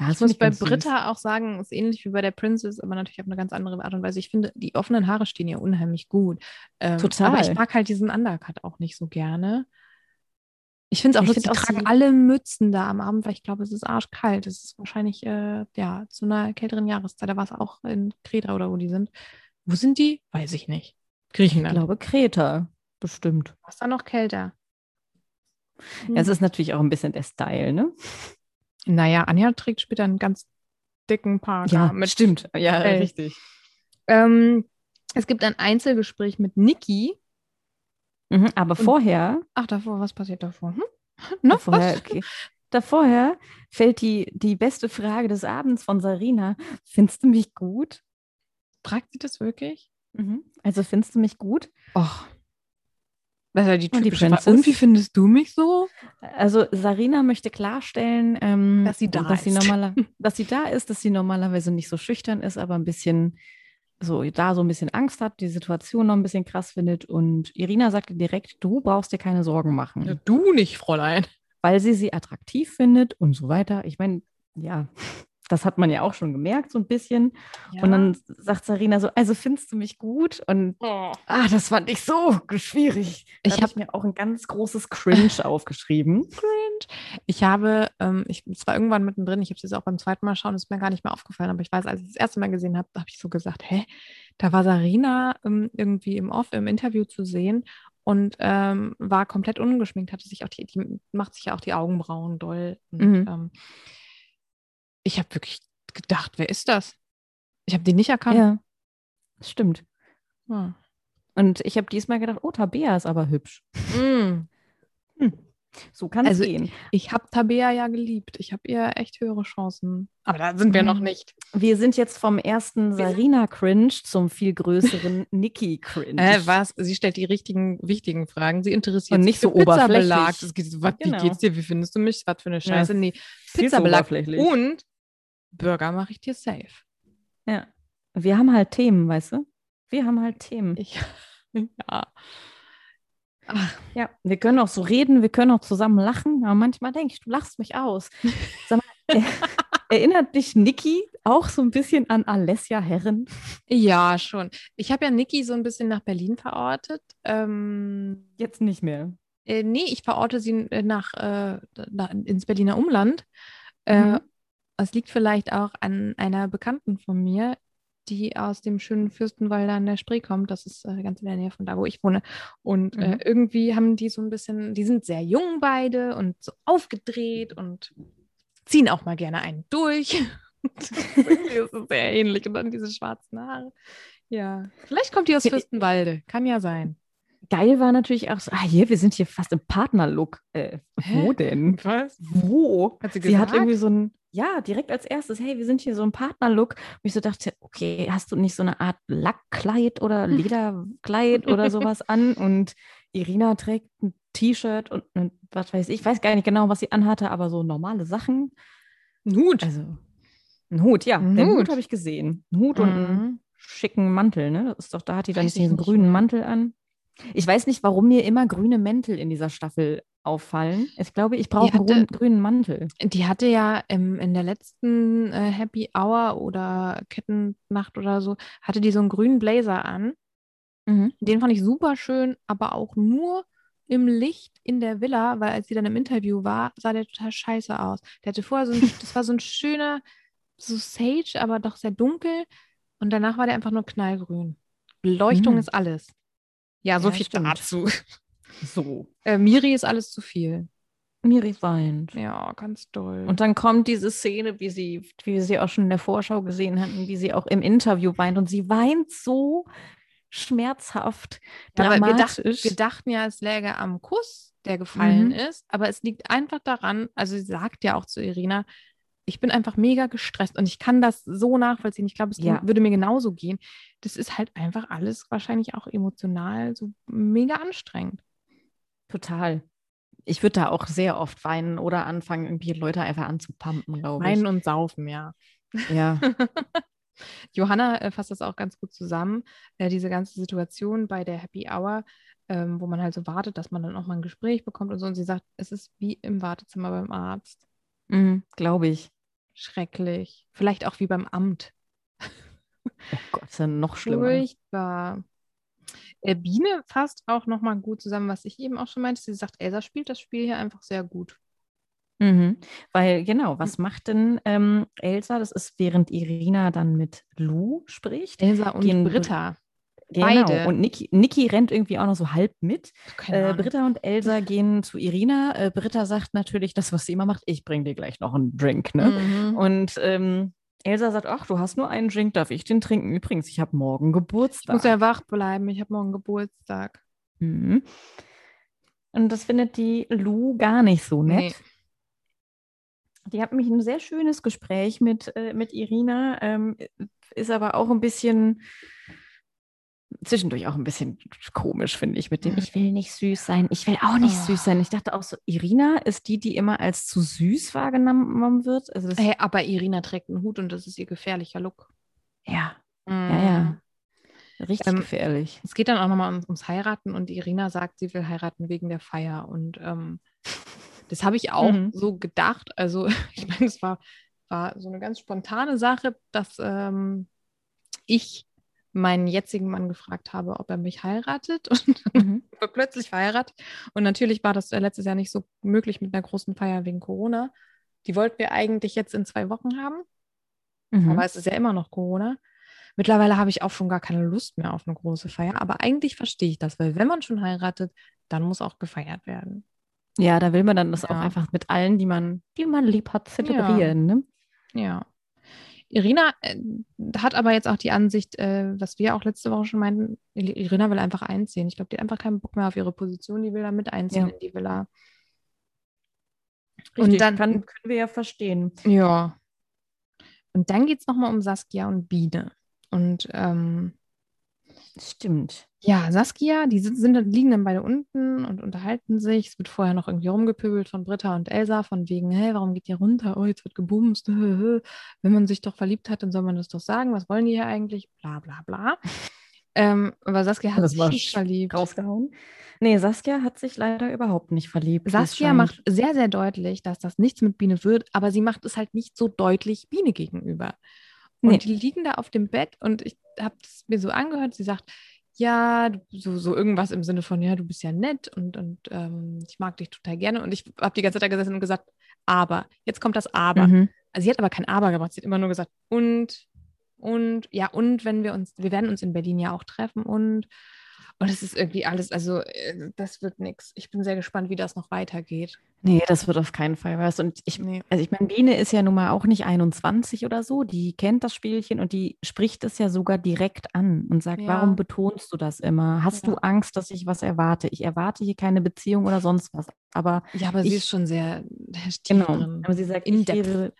[SPEAKER 3] ja, das
[SPEAKER 1] Ich muss
[SPEAKER 3] finde
[SPEAKER 1] bei
[SPEAKER 3] ganz süß.
[SPEAKER 1] Britta auch sagen, ist ähnlich wie bei der Princess, aber natürlich auf eine ganz andere Art und Weise. Ich finde, die offenen Haare stehen ihr unheimlich gut. Ähm,
[SPEAKER 3] Total.
[SPEAKER 1] Aber ich mag halt diesen Undercut auch nicht so gerne. Ich finde es auch
[SPEAKER 3] Ich
[SPEAKER 1] lustig,
[SPEAKER 3] find
[SPEAKER 1] die
[SPEAKER 3] auch
[SPEAKER 1] tragen
[SPEAKER 3] sie-
[SPEAKER 1] alle Mützen da am Abend, weil ich glaube, es ist arschkalt. Es ist wahrscheinlich äh, ja, zu einer kälteren Jahreszeit. Da war es auch in Kreta oder wo die sind. Wo sind die? Weiß ich nicht.
[SPEAKER 3] Ich
[SPEAKER 1] Griechenland.
[SPEAKER 3] glaube, Kreta, bestimmt.
[SPEAKER 1] War es da noch kälter? Hm.
[SPEAKER 3] Ja, es ist natürlich auch ein bisschen der Style, ne?
[SPEAKER 1] naja, Anja trägt später einen ganz dicken Parker mit
[SPEAKER 3] stimmt. Äh, Ja,
[SPEAKER 1] Ey.
[SPEAKER 3] richtig.
[SPEAKER 1] Ähm, es gibt ein Einzelgespräch mit Niki.
[SPEAKER 3] Mhm, aber vorher
[SPEAKER 1] Ach, davor, was passiert davor? Hm? Noch
[SPEAKER 3] Vorher,
[SPEAKER 1] was?
[SPEAKER 3] okay. Davorher fällt die, die beste Frage des Abends von Sarina. Findest du mich gut?
[SPEAKER 1] Fragt sie das wirklich?
[SPEAKER 3] Also findest du mich gut?
[SPEAKER 1] Och. Das ist ja die
[SPEAKER 3] Und die
[SPEAKER 1] typische Frage.
[SPEAKER 3] Princess?
[SPEAKER 1] Und wie findest du mich so?
[SPEAKER 3] Also Sarina möchte klarstellen, ähm,
[SPEAKER 1] Dass sie da
[SPEAKER 3] dass Sie
[SPEAKER 1] ist.
[SPEAKER 3] normaler, dass sie da ist, dass sie normalerweise nicht so schüchtern ist, aber ein bisschen so da so ein bisschen Angst hat, die Situation noch ein bisschen krass findet. Und Irina sagte direkt, du brauchst dir keine Sorgen machen,
[SPEAKER 1] du nicht, Fräulein.
[SPEAKER 3] weil sie sie attraktiv findet und so weiter. Ich meine, ja, das hat man ja auch schon gemerkt so ein bisschen.
[SPEAKER 1] Ja.
[SPEAKER 3] Und dann sagt Sarina so, also findest du mich gut? Und ah, das fand ich so schwierig. Da
[SPEAKER 1] Ich
[SPEAKER 3] hab
[SPEAKER 1] hab-
[SPEAKER 3] mir auch ein ganz großes Cringe aufgeschrieben.
[SPEAKER 1] Ich habe, ähm, ich es war irgendwann mittendrin, ich habe es jetzt auch beim zweiten Mal schauen, ist mir gar nicht mehr aufgefallen, aber ich weiß, als ich das erste Mal gesehen habe, habe ich so gesagt, hä, da war Sarina ähm, irgendwie im Off, im Interview zu sehen und ähm, war komplett ungeschminkt, hatte sich auch die, die macht sich ja auch die Augenbrauen doll. Und,
[SPEAKER 3] Mhm.
[SPEAKER 1] ähm, ich habe wirklich gedacht, wer ist das? Ich habe die nicht erkannt.
[SPEAKER 3] Ja, das stimmt.
[SPEAKER 1] Hm.
[SPEAKER 3] Und ich habe diesmal gedacht, oh, Tabea ist aber hübsch.
[SPEAKER 1] Mm.
[SPEAKER 3] So kann es
[SPEAKER 1] Also-
[SPEAKER 3] gehen.
[SPEAKER 1] Ich habe Tabea ja geliebt. Ich habe ihr echt höhere Chancen. Aber da sind wir noch
[SPEAKER 3] Mhm.
[SPEAKER 1] nicht.
[SPEAKER 3] Wir sind jetzt vom ersten
[SPEAKER 1] sind-
[SPEAKER 3] Sarina-Cringe zum viel größeren Nikki-Cringe.
[SPEAKER 1] Äh, was? Sie stellt die richtigen, wichtigen Fragen. Sie interessiert
[SPEAKER 3] Und
[SPEAKER 1] sich
[SPEAKER 3] nicht
[SPEAKER 1] für
[SPEAKER 3] so oberflächlich.
[SPEAKER 1] Pizzabelag. Es geht, so, was,
[SPEAKER 3] Genau.
[SPEAKER 1] Wie geht's dir? Wie findest du mich? Was für eine Scheiße? Nee,
[SPEAKER 3] Viel zu
[SPEAKER 1] Pizzabelag.
[SPEAKER 3] oberflächlich.
[SPEAKER 1] Und Burger mache ich dir safe.
[SPEAKER 3] Ja. Wir haben halt Themen, weißt du? Wir haben halt Themen.
[SPEAKER 1] Ich, ja. Ach,
[SPEAKER 3] Ja, wir können auch so reden, wir können auch zusammen lachen, aber manchmal denke ich, du lachst mich aus. Sag mal, er, erinnert dich Niki auch so ein bisschen an Alessia Herren?
[SPEAKER 1] ja, schon. Ich habe ja Niki so ein bisschen nach Berlin verortet. Ähm,
[SPEAKER 3] Jetzt nicht mehr.
[SPEAKER 1] äh, nee, ich verorte sie äh, nach, äh, na, ins Berliner Umland. Äh,
[SPEAKER 3] Mhm.
[SPEAKER 1] es liegt vielleicht auch an einer Bekannten von mir, die aus dem schönen Fürstenwalde an der Spree kommt. Das ist äh, ganz in der Nähe von da, wo ich wohne. Und äh,
[SPEAKER 3] Mhm.
[SPEAKER 1] irgendwie haben die so ein bisschen, die sind sehr jung beide und so aufgedreht und ziehen auch mal gerne einen durch. Und irgendwie ist es sehr ähnlich. Und dann diese schwarzen Haare. Ja, vielleicht kommt die aus
[SPEAKER 3] Ja, ich-
[SPEAKER 1] Fürstenwalde. Kann ja sein.
[SPEAKER 3] Geil war natürlich auch so, ah, hier, wir sind hier fast im Partnerlook. Äh,
[SPEAKER 1] Hä?
[SPEAKER 3] wo denn?
[SPEAKER 1] Was?
[SPEAKER 3] Wo?
[SPEAKER 1] Hat sie gesagt?
[SPEAKER 3] Sie hat irgendwie so ein, ja, direkt als erstes, hey, wir sind hier so im Partnerlook. Und ich so dachte, okay, hast du nicht so eine Art Lackkleid oder Lederkleid oder sowas an? Und Irina trägt ein T-Shirt und, und was weiß ich, ich weiß gar nicht genau, was sie anhatte, aber so normale Sachen.
[SPEAKER 1] einen Hut.
[SPEAKER 3] Also ein Hut, ja,
[SPEAKER 1] Ein
[SPEAKER 3] den Hut
[SPEAKER 1] Hut.
[SPEAKER 3] habe ich gesehen. Ein Hut und ein
[SPEAKER 1] Mhm.
[SPEAKER 3] schicken Mantel, ne? Das ist doch, da hat die dann
[SPEAKER 1] Weiß ich
[SPEAKER 3] diesen
[SPEAKER 1] nicht
[SPEAKER 3] grünen
[SPEAKER 1] mehr.
[SPEAKER 3] Mantel an. Ich weiß nicht, warum mir immer grüne Mäntel in dieser Staffel auffallen. Ich glaube, ich brauche einen
[SPEAKER 1] hatte-
[SPEAKER 3] grünen- grünen Mantel.
[SPEAKER 1] Die hatte ja ähm, in der letzten äh, Happy Hour oder Kettennacht oder so, hatte die so einen grünen Blazer an. Den fand ich super schön, aber auch nur im Licht in der Villa, weil als sie dann im Interview war, sah der total scheiße aus. Der hatte vorher so ein, das war so ein schöner, so sage, aber doch sehr dunkel. Und danach war der einfach nur knallgrün. Beleuchtung
[SPEAKER 3] Mhm.
[SPEAKER 1] ist alles. Ja, so Also
[SPEAKER 3] Ja,
[SPEAKER 1] viel
[SPEAKER 3] stimmt.
[SPEAKER 1] dazu.
[SPEAKER 3] So.
[SPEAKER 1] Äh, Miri ist alles zu viel.
[SPEAKER 3] Miri weint.
[SPEAKER 1] Ja, ganz doll.
[SPEAKER 3] Und dann kommt diese Szene, wie sie, wie wir sie auch schon in der Vorschau gesehen hatten, wie sie auch im Interview weint. Und sie weint so schmerzhaft,
[SPEAKER 1] Ja, aber wir, dacht,
[SPEAKER 3] dramatisch.
[SPEAKER 1] wir dachten ja, es läge am Kuss, der gefallen
[SPEAKER 3] Mhm.
[SPEAKER 1] ist, aber es liegt einfach daran, also sie sagt ja auch zu Irina, ich bin einfach mega gestresst und ich kann das so nachvollziehen. Ich glaube, es
[SPEAKER 3] Ja.
[SPEAKER 1] würde mir genauso gehen. Das ist halt einfach alles wahrscheinlich auch emotional so mega anstrengend.
[SPEAKER 3] Total. Ich würde da auch sehr oft weinen oder anfangen, irgendwie Leute einfach anzupumpen, glaube ich.
[SPEAKER 1] Weinen und saufen, ja.
[SPEAKER 3] Ja.
[SPEAKER 1] Johanna äh, fasst das auch ganz gut zusammen, äh, diese ganze Situation bei der Happy Hour, ähm, wo man halt so wartet, dass man dann auch mal ein Gespräch bekommt und so. Und sie sagt, es ist wie im Wartezimmer beim Arzt.
[SPEAKER 3] Mhm, glaube ich.
[SPEAKER 1] Schrecklich. Vielleicht auch wie beim Amt.
[SPEAKER 3] Oh Gott, ist ja noch schlimmer.
[SPEAKER 1] Furchtbar. Äh, Biene fasst auch nochmal gut zusammen, was ich eben auch schon meinte. Sie sagt, Elsa spielt das Spiel hier einfach sehr gut.
[SPEAKER 3] Mhm. Weil genau, was macht denn ähm, Elsa? Das ist, während Irina dann mit Lou spricht.
[SPEAKER 1] Elsa und
[SPEAKER 3] Gehen
[SPEAKER 1] Britta. beide.
[SPEAKER 3] Genau. Und Niki, Niki rennt irgendwie auch noch so halb mit.
[SPEAKER 1] Keine
[SPEAKER 3] Äh,
[SPEAKER 1] Ahnung.
[SPEAKER 3] Britta und Elsa gehen zu Irina. Äh, Britta sagt natürlich das, was sie immer macht. Ich bring dir gleich noch einen Drink. Ne?
[SPEAKER 1] Mhm.
[SPEAKER 3] Und ähm, Elsa sagt, ach, du hast nur einen Drink, darf ich den trinken? Übrigens, ich habe morgen
[SPEAKER 1] Ich
[SPEAKER 3] Geburtstag.
[SPEAKER 1] muss ja wach bleiben. Ich habe morgen Geburtstag.
[SPEAKER 3] Mhm. Und das findet die Lou gar nicht so nett. Die hat mich ein sehr schönes Gespräch mit, äh, mit Irina, ähm, ist aber auch ein bisschen, zwischendurch auch ein bisschen komisch, finde ich, mit dem,
[SPEAKER 1] Mhm.
[SPEAKER 3] ich will nicht süß sein, ich will auch nicht
[SPEAKER 1] Oh.
[SPEAKER 3] süß sein. Ich dachte auch so, Irina ist die, die immer als zu süß wahrgenommen wird. Also das,
[SPEAKER 1] Hey, aber Irina trägt einen Hut und das ist ihr gefährlicher Look.
[SPEAKER 3] Ja, ja,
[SPEAKER 1] Mhm.
[SPEAKER 3] ja. Richtig
[SPEAKER 1] Ähm,
[SPEAKER 3] gefährlich.
[SPEAKER 1] Es geht dann auch nochmal ums, ums Heiraten und Irina sagt, sie will heiraten wegen der Feier. Und ähm, das habe ich auch
[SPEAKER 3] Mhm.
[SPEAKER 1] so gedacht. Also, ich meine, es war, war so eine ganz spontane Sache, dass ähm, ich meinen jetzigen Mann gefragt habe, ob er mich heiratet und
[SPEAKER 3] Mhm.
[SPEAKER 1] war plötzlich verheiratet. Und natürlich war das äh, letztes Jahr nicht so möglich mit einer großen Feier wegen Corona. Die wollten wir eigentlich jetzt in zwei Wochen haben,
[SPEAKER 3] Mhm.
[SPEAKER 1] aber es ist ja immer noch Corona. Mittlerweile habe ich auch schon gar keine Lust mehr auf eine große Feier, aber eigentlich verstehe ich das, weil wenn man schon heiratet, dann muss auch gefeiert werden.
[SPEAKER 3] Ja, da will man dann das auch
[SPEAKER 1] Ja.
[SPEAKER 3] einfach mit allen, die man, die man lieb hat, zelebrieren. Ne?
[SPEAKER 1] Ja. Irina äh, hat aber jetzt auch die Ansicht, äh, was wir auch letzte Woche schon meinten, I- Irina will einfach einziehen. Ich glaube, die hat einfach keinen Bock mehr auf ihre Position, die will da mit einziehen
[SPEAKER 3] Ja.
[SPEAKER 1] in die Villa.
[SPEAKER 3] Richtig,
[SPEAKER 1] Und dann,
[SPEAKER 3] kann, können wir ja verstehen.
[SPEAKER 1] Ja. Und dann geht es nochmal um Saskia und Biene. Und ähm,
[SPEAKER 3] Stimmt.
[SPEAKER 1] Ja, Saskia, die sind, sind, liegen dann beide unten und unterhalten sich. Es wird vorher noch irgendwie rumgepöbelt von Britta und Elsa, von wegen, hey, warum geht ihr runter? Oh, jetzt wird gebumst. Wenn man sich doch verliebt hat, dann soll man das doch sagen. Was wollen die hier eigentlich? Bla, bla, bla. Ähm, aber Saskia hat
[SPEAKER 3] Das
[SPEAKER 1] sich
[SPEAKER 3] war
[SPEAKER 1] nicht
[SPEAKER 3] sch-
[SPEAKER 1] verliebt.
[SPEAKER 3] Rausgehauen. Nee, Saskia hat sich leider überhaupt nicht verliebt. wie es
[SPEAKER 1] Saskia
[SPEAKER 3] scheint.
[SPEAKER 1] macht sehr, sehr deutlich, dass das nichts mit Biene wird, aber sie macht es halt nicht so deutlich Biene gegenüber. Und
[SPEAKER 3] Nee.
[SPEAKER 1] die liegen da auf dem Bett und ich habe es mir so angehört, sie sagt, ja, du- so, so irgendwas im Sinne von, ja, du bist ja nett und, und ähm, ich mag dich total gerne. Und ich habe die ganze Zeit da gesessen und gesagt, aber, jetzt kommt das Aber.
[SPEAKER 3] Mhm.
[SPEAKER 1] Also sie hat aber kein Aber gemacht, sie hat immer nur gesagt, und, und, ja, und wenn wir uns, wir werden uns in Berlin ja auch treffen und, und es ist irgendwie alles, also äh, das wird nichts. Ich bin sehr gespannt, wie das noch weitergeht.
[SPEAKER 3] Nee, das wird auf keinen Fall was. Und ich,
[SPEAKER 1] Nee.
[SPEAKER 3] also ich meine, Biene ist ja nun mal auch nicht 21 oder so. Die kennt das Spielchen und die spricht es ja sogar direkt an und sagt,
[SPEAKER 1] Ja.
[SPEAKER 3] warum betonst du das immer? Hast
[SPEAKER 1] Ja.
[SPEAKER 3] du Angst, dass ich was erwarte? Ich erwarte hier keine Beziehung oder sonst was. Aber
[SPEAKER 1] Ja, aber
[SPEAKER 3] Ich-
[SPEAKER 1] sie ist schon sehr äh, tief drin.
[SPEAKER 3] Genau. Aber sie sagt,
[SPEAKER 1] Ähm, In
[SPEAKER 3] ich
[SPEAKER 1] depth.
[SPEAKER 3] wäre,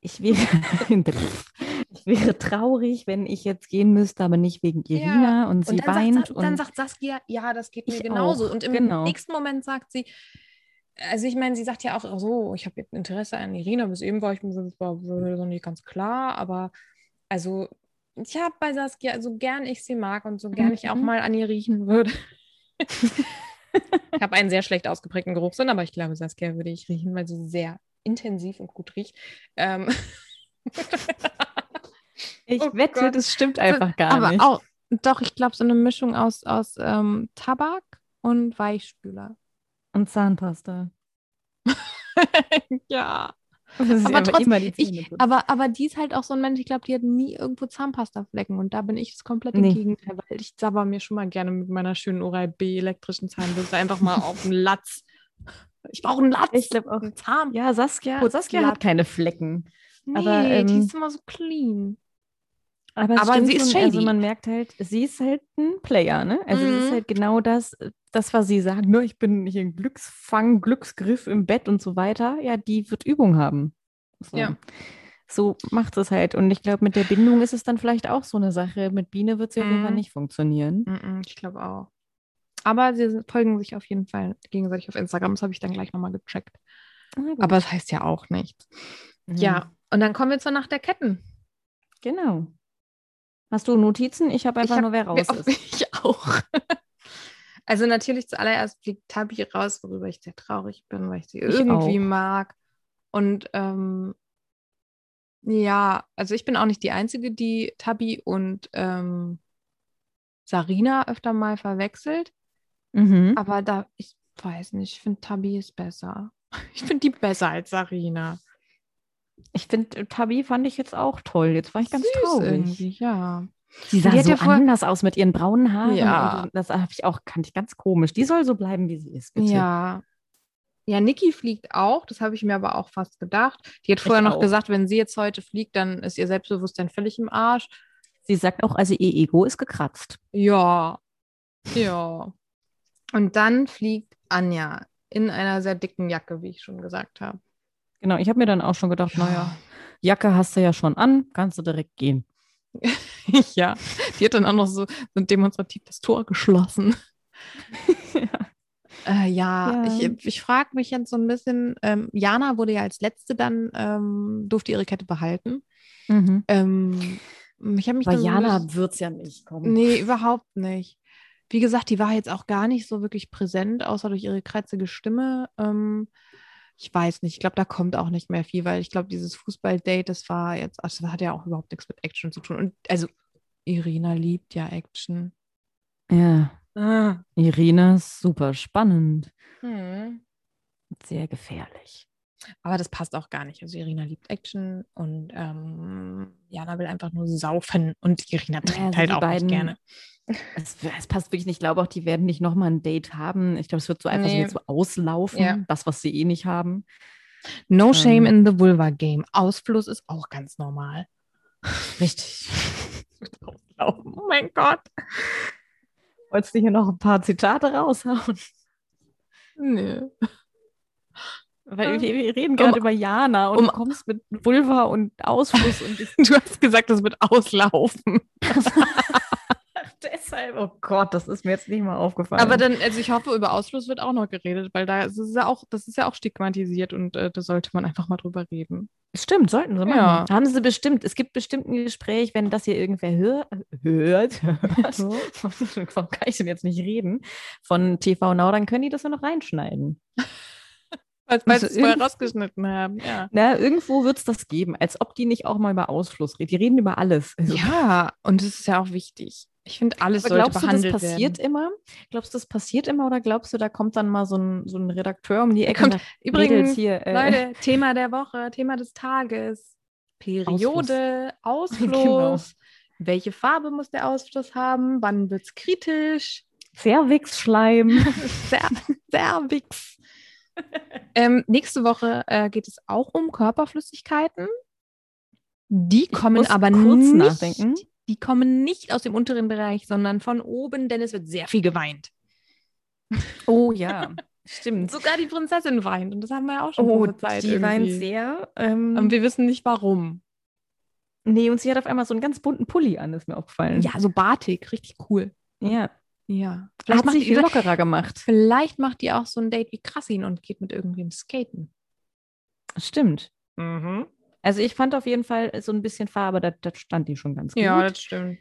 [SPEAKER 3] ich, wäre, in depth. ich wäre traurig, wenn ich jetzt gehen müsste, aber nicht wegen
[SPEAKER 1] Ja.
[SPEAKER 3] Irina. Und sie
[SPEAKER 1] Und dann,
[SPEAKER 3] weint.
[SPEAKER 1] sagt, Sa- dann
[SPEAKER 3] und
[SPEAKER 1] sagt Saskia, ja, das geht mir
[SPEAKER 3] Ich
[SPEAKER 1] genauso.
[SPEAKER 3] auch,
[SPEAKER 1] Und im
[SPEAKER 3] genau.
[SPEAKER 1] nächsten Moment sagt sie, also ich meine, sie sagt ja auch, ach so, ich habe jetzt Interesse an Irina, bis eben war ich mir war, war noch nicht ganz klar, aber also ich habe bei Saskia, so gern ich sie mag und so gern ich auch
[SPEAKER 3] Mhm.
[SPEAKER 1] mal an ihr riechen würde. ich habe einen sehr schlecht ausgeprägten Geruchssinn, aber ich glaube, Saskia würde ich riechen, weil sie sehr intensiv und gut riecht. Ähm,
[SPEAKER 3] ich
[SPEAKER 1] oh
[SPEAKER 3] wette,
[SPEAKER 1] Gott.
[SPEAKER 3] das stimmt einfach gar
[SPEAKER 1] aber
[SPEAKER 3] nicht.
[SPEAKER 1] auch, doch, ich glaube, so eine Mischung aus, aus ähm, Tabak und Weichspüler.
[SPEAKER 3] Und Zahnpasta.
[SPEAKER 1] ja.
[SPEAKER 3] Weil sie
[SPEAKER 1] Aber
[SPEAKER 3] einfach
[SPEAKER 1] trotzdem,
[SPEAKER 3] immer die
[SPEAKER 1] ich-
[SPEAKER 3] Zähne putzt.
[SPEAKER 1] Aber, aber die ist halt auch so ein Mensch, ich glaube, die hat nie irgendwo Zahnpastaflecken. Und da bin ich das komplette
[SPEAKER 3] Nee.
[SPEAKER 1] Gegenteil, weil ich sabber mir schon mal gerne mit meiner schönen Oral-B elektrischen Zahnbürste einfach mal auf den Latz. Ich brauche einen Latz.
[SPEAKER 3] Ich glaub auch.
[SPEAKER 1] Einen Zahn.
[SPEAKER 3] Ja, Saskia,
[SPEAKER 1] Putz-
[SPEAKER 3] Saskia hat keine Flecken.
[SPEAKER 1] Nee,
[SPEAKER 3] aber,
[SPEAKER 1] die
[SPEAKER 3] ähm,
[SPEAKER 1] ist immer so clean.
[SPEAKER 3] Aber, es
[SPEAKER 1] Aber
[SPEAKER 3] stimmt
[SPEAKER 1] sie ist
[SPEAKER 3] schon, Also
[SPEAKER 1] shady.
[SPEAKER 3] man merkt halt, sie ist halt ein Player, ne? Also sie ist
[SPEAKER 1] Mhm.
[SPEAKER 3] halt genau das, äh, das, was sie sagt, ne, ich bin hier ein Glücksfang, Glücksgriff im Bett und so weiter. Ja, die wird Übung haben. So.
[SPEAKER 1] Ja.
[SPEAKER 3] So macht es halt. Und ich glaube, mit der Bindung ist es dann vielleicht auch so eine Sache. Mit Biene wird es auf jeden Fall
[SPEAKER 1] Mhm.
[SPEAKER 3] nicht funktionieren.
[SPEAKER 1] Mm-mm, Ich glaube auch. Aber sie sind- folgen sich auf jeden Fall gegenseitig auf Instagram. Das habe ich dann gleich nochmal gecheckt. Aber das heißt ja auch nichts.
[SPEAKER 3] Ah, Mhm.
[SPEAKER 1] Ja, und dann kommen wir zur Nacht der Ketten.
[SPEAKER 3] Genau. Hast du Notizen? Ich habe einfach
[SPEAKER 1] hab
[SPEAKER 3] nur, wer raus
[SPEAKER 1] Auf-
[SPEAKER 3] ist.
[SPEAKER 1] Ich auch. Also natürlich zuallererst fliegt Tabi raus, worüber ich sehr traurig bin, weil ich sie irgendwie
[SPEAKER 3] auch.
[SPEAKER 1] mag. Und ähm, ja, also ich bin auch nicht die Einzige, die Tabi und ähm, Sarina öfter mal verwechselt.
[SPEAKER 3] Mhm.
[SPEAKER 1] Aber da, ich weiß nicht, ich finde Tabi ist besser. Ich finde die besser als Sarina.
[SPEAKER 3] Ich finde, Tabi fand ich jetzt auch toll. Jetzt war ich ganz
[SPEAKER 1] Süß
[SPEAKER 3] traurig.
[SPEAKER 1] irgendwie, ja.
[SPEAKER 3] Die
[SPEAKER 1] sah
[SPEAKER 3] sah die hat
[SPEAKER 1] so
[SPEAKER 3] ja vor... anders aus mit ihren braunen Haaren.
[SPEAKER 1] Ja.
[SPEAKER 3] Und das habe ich auch, kannte ich ganz komisch. Die soll so bleiben, wie sie ist, bitte.
[SPEAKER 1] Ja. Ja, Niki fliegt auch, das habe ich mir aber auch fast gedacht. Die hat vorher noch
[SPEAKER 3] auch.
[SPEAKER 1] gesagt, wenn sie jetzt heute fliegt, dann ist ihr Selbstbewusstsein völlig im Arsch.
[SPEAKER 3] Sie sagt auch, also ihr Ego ist gekratzt.
[SPEAKER 1] Ja. Ja. Und dann fliegt Anja in einer sehr dicken Jacke, wie ich schon gesagt habe.
[SPEAKER 3] Genau, ich habe mir dann auch schon gedacht, naja, Jacke hast du ja schon an, kannst du direkt gehen.
[SPEAKER 1] ja. Die hat dann auch noch so, so demonstrativ das Tor geschlossen. Äh, ja,
[SPEAKER 3] Ja.
[SPEAKER 1] ich, ich frage mich jetzt so ein bisschen, ähm, Jana wurde ja als letzte dann, ähm, durfte ihre Kette behalten.
[SPEAKER 3] Mhm.
[SPEAKER 1] Ähm, ich habe mich
[SPEAKER 3] Bei
[SPEAKER 1] dann so ein
[SPEAKER 3] Jana
[SPEAKER 1] bisschen-
[SPEAKER 3] wird es ja nicht kommen.
[SPEAKER 1] nee, überhaupt nicht. Wie gesagt, die war jetzt auch gar nicht so wirklich präsent, außer durch ihre kratzige Stimme. Ähm, ich weiß nicht, ich glaube, da kommt auch nicht mehr viel, weil ich glaube, dieses Fußball-Date, das war jetzt, also das hat ja auch überhaupt nichts mit Action zu tun. Und also, Irina liebt ja Action.
[SPEAKER 3] Ja,
[SPEAKER 1] Ah.
[SPEAKER 3] Irina ist super spannend.
[SPEAKER 1] Hm.
[SPEAKER 3] Sehr gefährlich.
[SPEAKER 1] Aber das passt auch gar nicht. Also Irina liebt Action und ähm, Jana will einfach nur saufen und Irina trinkt
[SPEAKER 3] also
[SPEAKER 1] halt
[SPEAKER 3] die
[SPEAKER 1] auch
[SPEAKER 3] beiden-
[SPEAKER 1] nicht gerne.
[SPEAKER 3] Es, es passt wirklich nicht. Ich glaube auch, die werden nicht nochmal ein Date haben. Ich glaube, es wird so einfach
[SPEAKER 1] Nee.
[SPEAKER 3] so, so auslaufen,
[SPEAKER 1] Ja.
[SPEAKER 3] das, was sie eh nicht haben.
[SPEAKER 1] No shame
[SPEAKER 3] shame
[SPEAKER 1] in the vulva game. Ausfluss ist auch ganz normal.
[SPEAKER 3] Richtig.
[SPEAKER 1] Oh mein Gott.
[SPEAKER 3] Wolltest du hier noch ein paar Zitate raushauen?
[SPEAKER 1] Nee.
[SPEAKER 3] Weil
[SPEAKER 1] Ah.
[SPEAKER 3] wir, wir reden gerade über Jana und
[SPEAKER 1] um-
[SPEAKER 3] du kommst mit Vulva und Ausfluss und
[SPEAKER 1] Du hast gesagt, das wird auslaufen.
[SPEAKER 3] deswegen. Deshalb, oh Gott, das ist mir jetzt nicht mal aufgefallen.
[SPEAKER 1] Aber dann, also ich hoffe, über Ausschluss wird auch noch geredet, weil da ist es ja auch, das ist ja auch stigmatisiert und äh, da sollte man einfach mal drüber reden.
[SPEAKER 3] Stimmt, sollten sie machen.
[SPEAKER 1] Ja.
[SPEAKER 3] Haben sie bestimmt. Es gibt bestimmt ein Gespräch, wenn das hier irgendwer hör hört. Warum kann ich denn jetzt nicht reden? Von TV Now, dann können die das ja noch reinschneiden.
[SPEAKER 1] Als weil
[SPEAKER 3] Also
[SPEAKER 1] sie es vorher
[SPEAKER 3] irgendwie-
[SPEAKER 1] rausgeschnitten haben, ja.
[SPEAKER 3] Na, irgendwo wird es das geben, als ob die nicht auch mal über Ausschluss reden. Die reden über alles. Also,
[SPEAKER 1] Ja, und es ist ja auch wichtig. Ich finde, alles
[SPEAKER 3] Aber
[SPEAKER 1] sollte
[SPEAKER 3] glaubst du, das
[SPEAKER 1] behandelt
[SPEAKER 3] passiert
[SPEAKER 1] werden.
[SPEAKER 3] immer? Glaubst du, das passiert immer oder glaubst du, da kommt dann mal so ein, so ein Redakteur um die Ecke?
[SPEAKER 1] kommt-
[SPEAKER 3] und sagt, Mädels
[SPEAKER 1] Übrigens,
[SPEAKER 3] hier, äh,
[SPEAKER 1] Leute, Thema der Woche, Thema des Tages, Periode, Ausfluss.
[SPEAKER 3] Genau.
[SPEAKER 1] Welche Farbe muss der Ausfluss haben? Wann wird es kritisch?
[SPEAKER 3] Cervix-Schleim.
[SPEAKER 1] Sehr, sehr wix. ähm, nächste Woche äh, geht es auch um Körperflüssigkeiten. Die kommen
[SPEAKER 3] muss
[SPEAKER 1] aber
[SPEAKER 3] kurz
[SPEAKER 1] nicht,
[SPEAKER 3] nachdenken.
[SPEAKER 1] Die kommen nicht aus dem unteren Bereich, sondern von oben, denn es wird sehr viel geweint.
[SPEAKER 3] Oh ja, stimmt.
[SPEAKER 1] Sogar die Prinzessin weint und das haben wir ja auch schon
[SPEAKER 3] Oh,
[SPEAKER 1] prophezeit
[SPEAKER 3] die weint
[SPEAKER 1] irgendwie.
[SPEAKER 3] sehr. Ähm,
[SPEAKER 1] Und wir wissen nicht warum.
[SPEAKER 3] nee, und sie hat auf einmal so einen ganz bunten Pulli an, ist mir aufgefallen.
[SPEAKER 1] Ja, so Batik, richtig cool.
[SPEAKER 3] ja.
[SPEAKER 1] Ja. Vielleicht
[SPEAKER 3] Hat
[SPEAKER 1] macht,
[SPEAKER 3] sie viel
[SPEAKER 1] die,
[SPEAKER 3] lockerer gemacht.
[SPEAKER 1] vielleicht macht die auch so ein Date wie Krassin und geht mit irgendwem skaten.
[SPEAKER 3] Stimmt. Also ich fand auf jeden Fall so ein bisschen Farbe, da, da stand die schon ganz gut.
[SPEAKER 1] stimmt.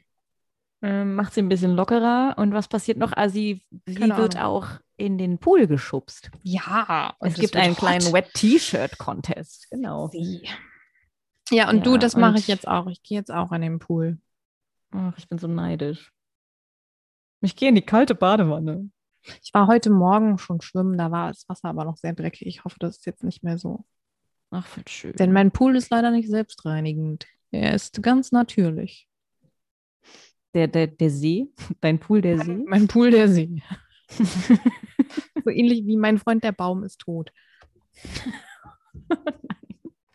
[SPEAKER 3] ähm, macht sie ein bisschen lockerer. Und was passiert noch? Also sie, sie
[SPEAKER 1] Keine
[SPEAKER 3] wird auch in den Pool geschubst.
[SPEAKER 1] Ja. und
[SPEAKER 3] es
[SPEAKER 1] das
[SPEAKER 3] gibt
[SPEAKER 1] wird
[SPEAKER 3] einen
[SPEAKER 1] hot.
[SPEAKER 3] kleinen Wet-T-Shirt-Contest. Genau.
[SPEAKER 1] Ja, und du,
[SPEAKER 3] Ja,
[SPEAKER 1] das mache
[SPEAKER 3] und-
[SPEAKER 1] ich jetzt auch. Ich gehe jetzt auch an den Pool.
[SPEAKER 3] Ach, ich bin so neidisch. Ich gehe in die kalte Badewanne.
[SPEAKER 1] Ich war heute Morgen schon schwimmen, da war das Wasser aber noch sehr dreckig. Ich hoffe, das ist jetzt nicht mehr so.
[SPEAKER 3] Ach, voll schön.
[SPEAKER 1] Denn mein Pool ist leider nicht selbstreinigend. Er ist ganz natürlich.
[SPEAKER 3] der, der, der See, dein Pool der See.
[SPEAKER 1] Mein Pool, der See. so ähnlich wie mein Freund, der Baum ist tot.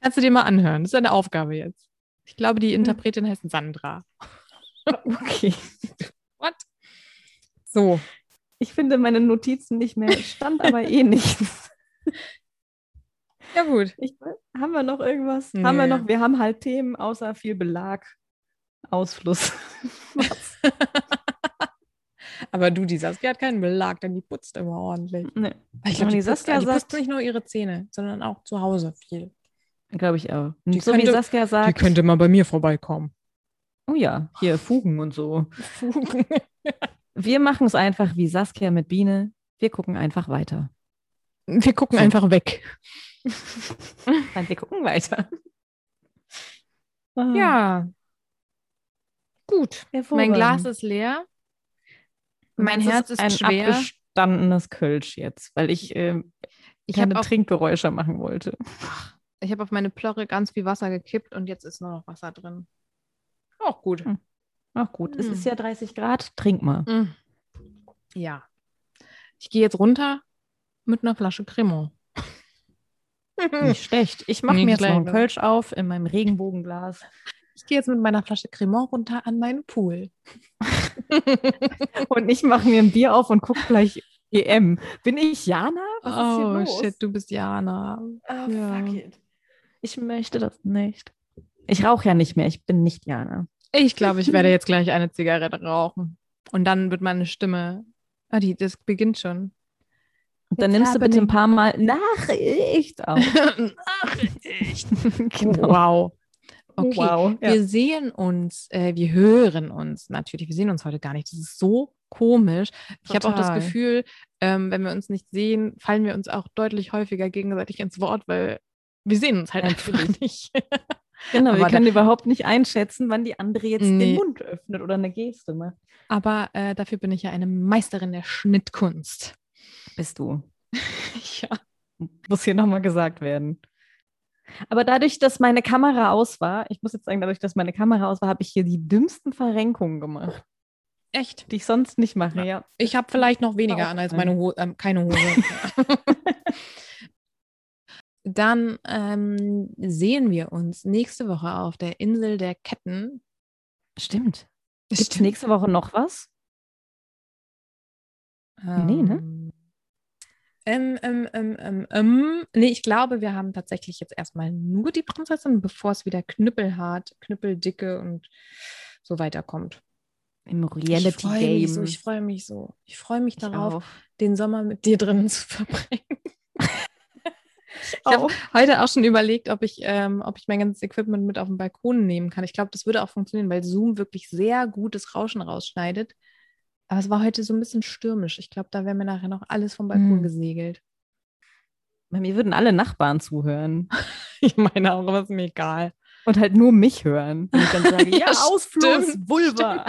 [SPEAKER 1] Kannst du dir mal anhören. Das ist eine Aufgabe jetzt. Ich glaube, die Interpretin heißt Sandra.
[SPEAKER 3] Okay.
[SPEAKER 1] What? So.
[SPEAKER 3] Ich finde meine Notizen nicht mehr. Stand aber eh nichts.
[SPEAKER 1] Ja, gut.
[SPEAKER 3] Ich, haben wir noch irgendwas? Haben wir
[SPEAKER 1] Nee.
[SPEAKER 3] noch? Wir haben halt Themen außer viel Belag, Ausfluss.
[SPEAKER 1] Aber du, die Saskia hat keinen Belag, denn die putzt immer ordentlich.
[SPEAKER 3] nee.
[SPEAKER 1] Ich
[SPEAKER 3] glaub,
[SPEAKER 1] glaube,
[SPEAKER 3] die
[SPEAKER 1] die Saskia
[SPEAKER 3] Saskia
[SPEAKER 1] putzt, die
[SPEAKER 3] sagt-
[SPEAKER 1] putzt nicht nur ihre Zähne, sondern auch zu Hause viel.
[SPEAKER 3] Glaube ich auch.
[SPEAKER 1] Die
[SPEAKER 3] so wie
[SPEAKER 1] könnte-
[SPEAKER 3] Saskia sagt.
[SPEAKER 1] mal bei mir vorbeikommen.
[SPEAKER 3] oh ja, hier Fugen und so. Wir machen es einfach wie Saskia mit Biene. Wir gucken einfach weiter.
[SPEAKER 1] Wir gucken
[SPEAKER 3] So.
[SPEAKER 1] einfach weg.
[SPEAKER 3] Nein, wir gucken weiter. Ah,
[SPEAKER 1] Ja, gut. Mein Glas ist leer. Mein Herz ist
[SPEAKER 3] ein
[SPEAKER 1] schwer.
[SPEAKER 3] abgestandenes Kölsch jetzt, weil ich ähm,
[SPEAKER 1] Ich
[SPEAKER 3] keine
[SPEAKER 1] habe auf,
[SPEAKER 3] Trinkgeräusche machen wollte.
[SPEAKER 1] ich hab auf meine Plörre ganz viel Wasser gekippt und jetzt ist nur noch Wasser drin. Auch gut.
[SPEAKER 3] Ach gut, es
[SPEAKER 1] Hm.
[SPEAKER 3] ist ja 30 Grad, trink mal.
[SPEAKER 1] Mm. Ja. Ich gehe jetzt runter mit einer Flasche Cremant.
[SPEAKER 3] Hm. Nicht schlecht. Ich mache
[SPEAKER 1] Nicht
[SPEAKER 3] mir jetzt noch
[SPEAKER 1] schlecht,
[SPEAKER 3] einen
[SPEAKER 1] ne?
[SPEAKER 3] Kölsch auf in meinem Regenbogenglas.
[SPEAKER 1] Ich gehe jetzt mit meiner Flasche Cremant runter an meinen Pool.
[SPEAKER 3] Und ich mache mir ein Bier auf und gucke gleich EM. Bin ich Jana? Was
[SPEAKER 1] oh,
[SPEAKER 3] ist hier los?
[SPEAKER 1] shit, du bist Jana.
[SPEAKER 3] Ah,
[SPEAKER 1] Ja.
[SPEAKER 3] fuck it. Ich möchte das nicht. Ich rauche ja nicht mehr. Ich bin nicht Jana.
[SPEAKER 1] Ich glaube, ich werde jetzt gleich eine Zigarette rauchen. Und dann wird meine Stimme. Ah, die, das beginnt schon.
[SPEAKER 3] Und dann
[SPEAKER 1] It's
[SPEAKER 3] nimmst du bitte
[SPEAKER 1] happening.
[SPEAKER 3] ein paar Mal Nachricht auf. genau.
[SPEAKER 1] Wow. Okay.
[SPEAKER 3] Wow. Ja.
[SPEAKER 1] Wir sehen uns, äh, wir hören uns natürlich. Wir sehen uns heute gar nicht. Das ist so komisch. Ich habe auch das
[SPEAKER 3] Total.
[SPEAKER 1] Gefühl, ähm, wenn wir uns nicht sehen, fallen wir uns auch deutlich häufiger gegenseitig ins Wort, weil wir sehen uns halt einfach
[SPEAKER 3] Natürlich.
[SPEAKER 1] nicht.
[SPEAKER 3] Genau, wir
[SPEAKER 1] Aber da-
[SPEAKER 3] können überhaupt nicht einschätzen, wann die andere jetzt den
[SPEAKER 1] Nee.
[SPEAKER 3] Mund öffnet oder eine Geste macht.
[SPEAKER 1] Aber äh, dafür bin ich ja eine Meisterin der Schnittkunst.
[SPEAKER 3] Bist du.
[SPEAKER 1] Ja.
[SPEAKER 3] Muss hier nochmal gesagt werden. Aber dadurch, dass meine Kamera aus war, ich muss jetzt sagen, dadurch, dass meine Kamera aus war, habe ich hier die dümmsten Verrenkungen gemacht,
[SPEAKER 1] Echt?
[SPEAKER 3] die ich sonst nicht mache. Ja.
[SPEAKER 1] Ich habe vielleicht noch weniger
[SPEAKER 3] auch
[SPEAKER 1] an als
[SPEAKER 3] eine.
[SPEAKER 1] meine Hose, ähm, keine Hose. Dann ähm, sehen wir uns nächste Woche auf der Insel der Ketten.
[SPEAKER 3] Stimmt. Gibt es
[SPEAKER 1] Stimmt.
[SPEAKER 3] nächste Woche noch was? Nee, ne?
[SPEAKER 1] Ähm, Ähm, ähm, ähm, ähm, ähm. Nee, ich glaube, wir haben tatsächlich jetzt erstmal nur die Prinzessin, bevor es wieder knüppelhart, knüppeldicke und so weiterkommt.
[SPEAKER 3] Im
[SPEAKER 4] Ich freue mich
[SPEAKER 3] Reality-Game.
[SPEAKER 4] so, ich freue mich so. Ich freue mich darauf,
[SPEAKER 3] auch.
[SPEAKER 4] den Sommer mit dir drinnen zu verbringen.
[SPEAKER 3] Ich
[SPEAKER 1] hab-
[SPEAKER 3] auch.
[SPEAKER 1] Heute auch schon überlegt, ob ich, ähm, ob ich mein ganzes Equipment mit auf den Balkon nehmen kann. Ich glaube, das würde auch funktionieren, weil Zoom wirklich sehr gutes Rauschen rausschneidet. Aber es war heute so ein bisschen stürmisch. Ich glaube, da wäre mir nachher noch alles vom Balkon
[SPEAKER 3] Hm.
[SPEAKER 1] gesegelt.
[SPEAKER 3] Bei Mir würden alle Nachbarn zuhören
[SPEAKER 1] Ich meine auch, was ist mir egal.
[SPEAKER 3] und halt nur mich hören. Und ich dann sage,
[SPEAKER 1] Ja,
[SPEAKER 3] ja, Ausfluss,
[SPEAKER 1] stimmt,
[SPEAKER 3] Vulva.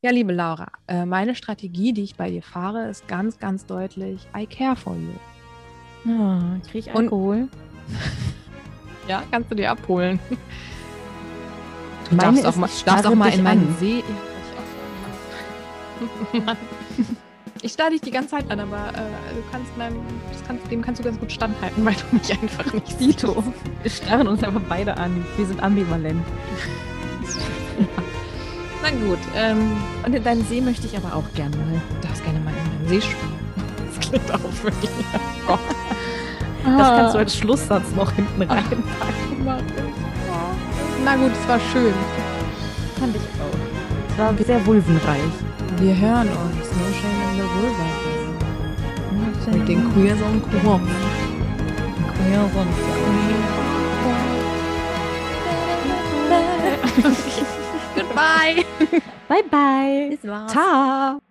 [SPEAKER 1] Ja, liebe Laura, äh, meine Strategie, die ich bei dir fahre, ist ganz, ganz deutlich, I care for you.
[SPEAKER 3] Ja, Ah, krieg ich
[SPEAKER 1] Und-
[SPEAKER 3] Alkohol?
[SPEAKER 1] Ja, kannst du dir abholen. Du
[SPEAKER 3] Meine
[SPEAKER 1] darfst auch
[SPEAKER 3] ist,
[SPEAKER 1] mal,
[SPEAKER 3] ich
[SPEAKER 1] darfst auch
[SPEAKER 3] starre
[SPEAKER 1] mal
[SPEAKER 3] dich
[SPEAKER 1] in meinen
[SPEAKER 3] an.
[SPEAKER 1] See. Ja, Mann. Ich starre dich die ganze Zeit an, aber äh, du kannst meinem, das kannst, dem kannst du ganz gut standhalten, weil du mich einfach nicht siehst.
[SPEAKER 3] Dito. Wir starren uns einfach beide an. Wir sind ambivalent.
[SPEAKER 1] Na gut, ähm,
[SPEAKER 3] Und in deinen See möchte ich aber auch gerne mal.
[SPEAKER 1] du darfst gerne mal in meinen See schwimmen. Das klingt auch wirklich. Oh Gott.
[SPEAKER 3] Das kannst du als Schlusssatz noch hinten rein. Ah.
[SPEAKER 1] Na gut, es war schön.
[SPEAKER 3] Fand ich auch. Es war sehr vulvenreich.
[SPEAKER 1] Wir hören uns. No shame in the river. Mit den Queers on Quorum.
[SPEAKER 3] Queer Sonntag.
[SPEAKER 1] Goodbye.
[SPEAKER 3] Bye, bye.
[SPEAKER 2] Das war's.
[SPEAKER 3] Ciao.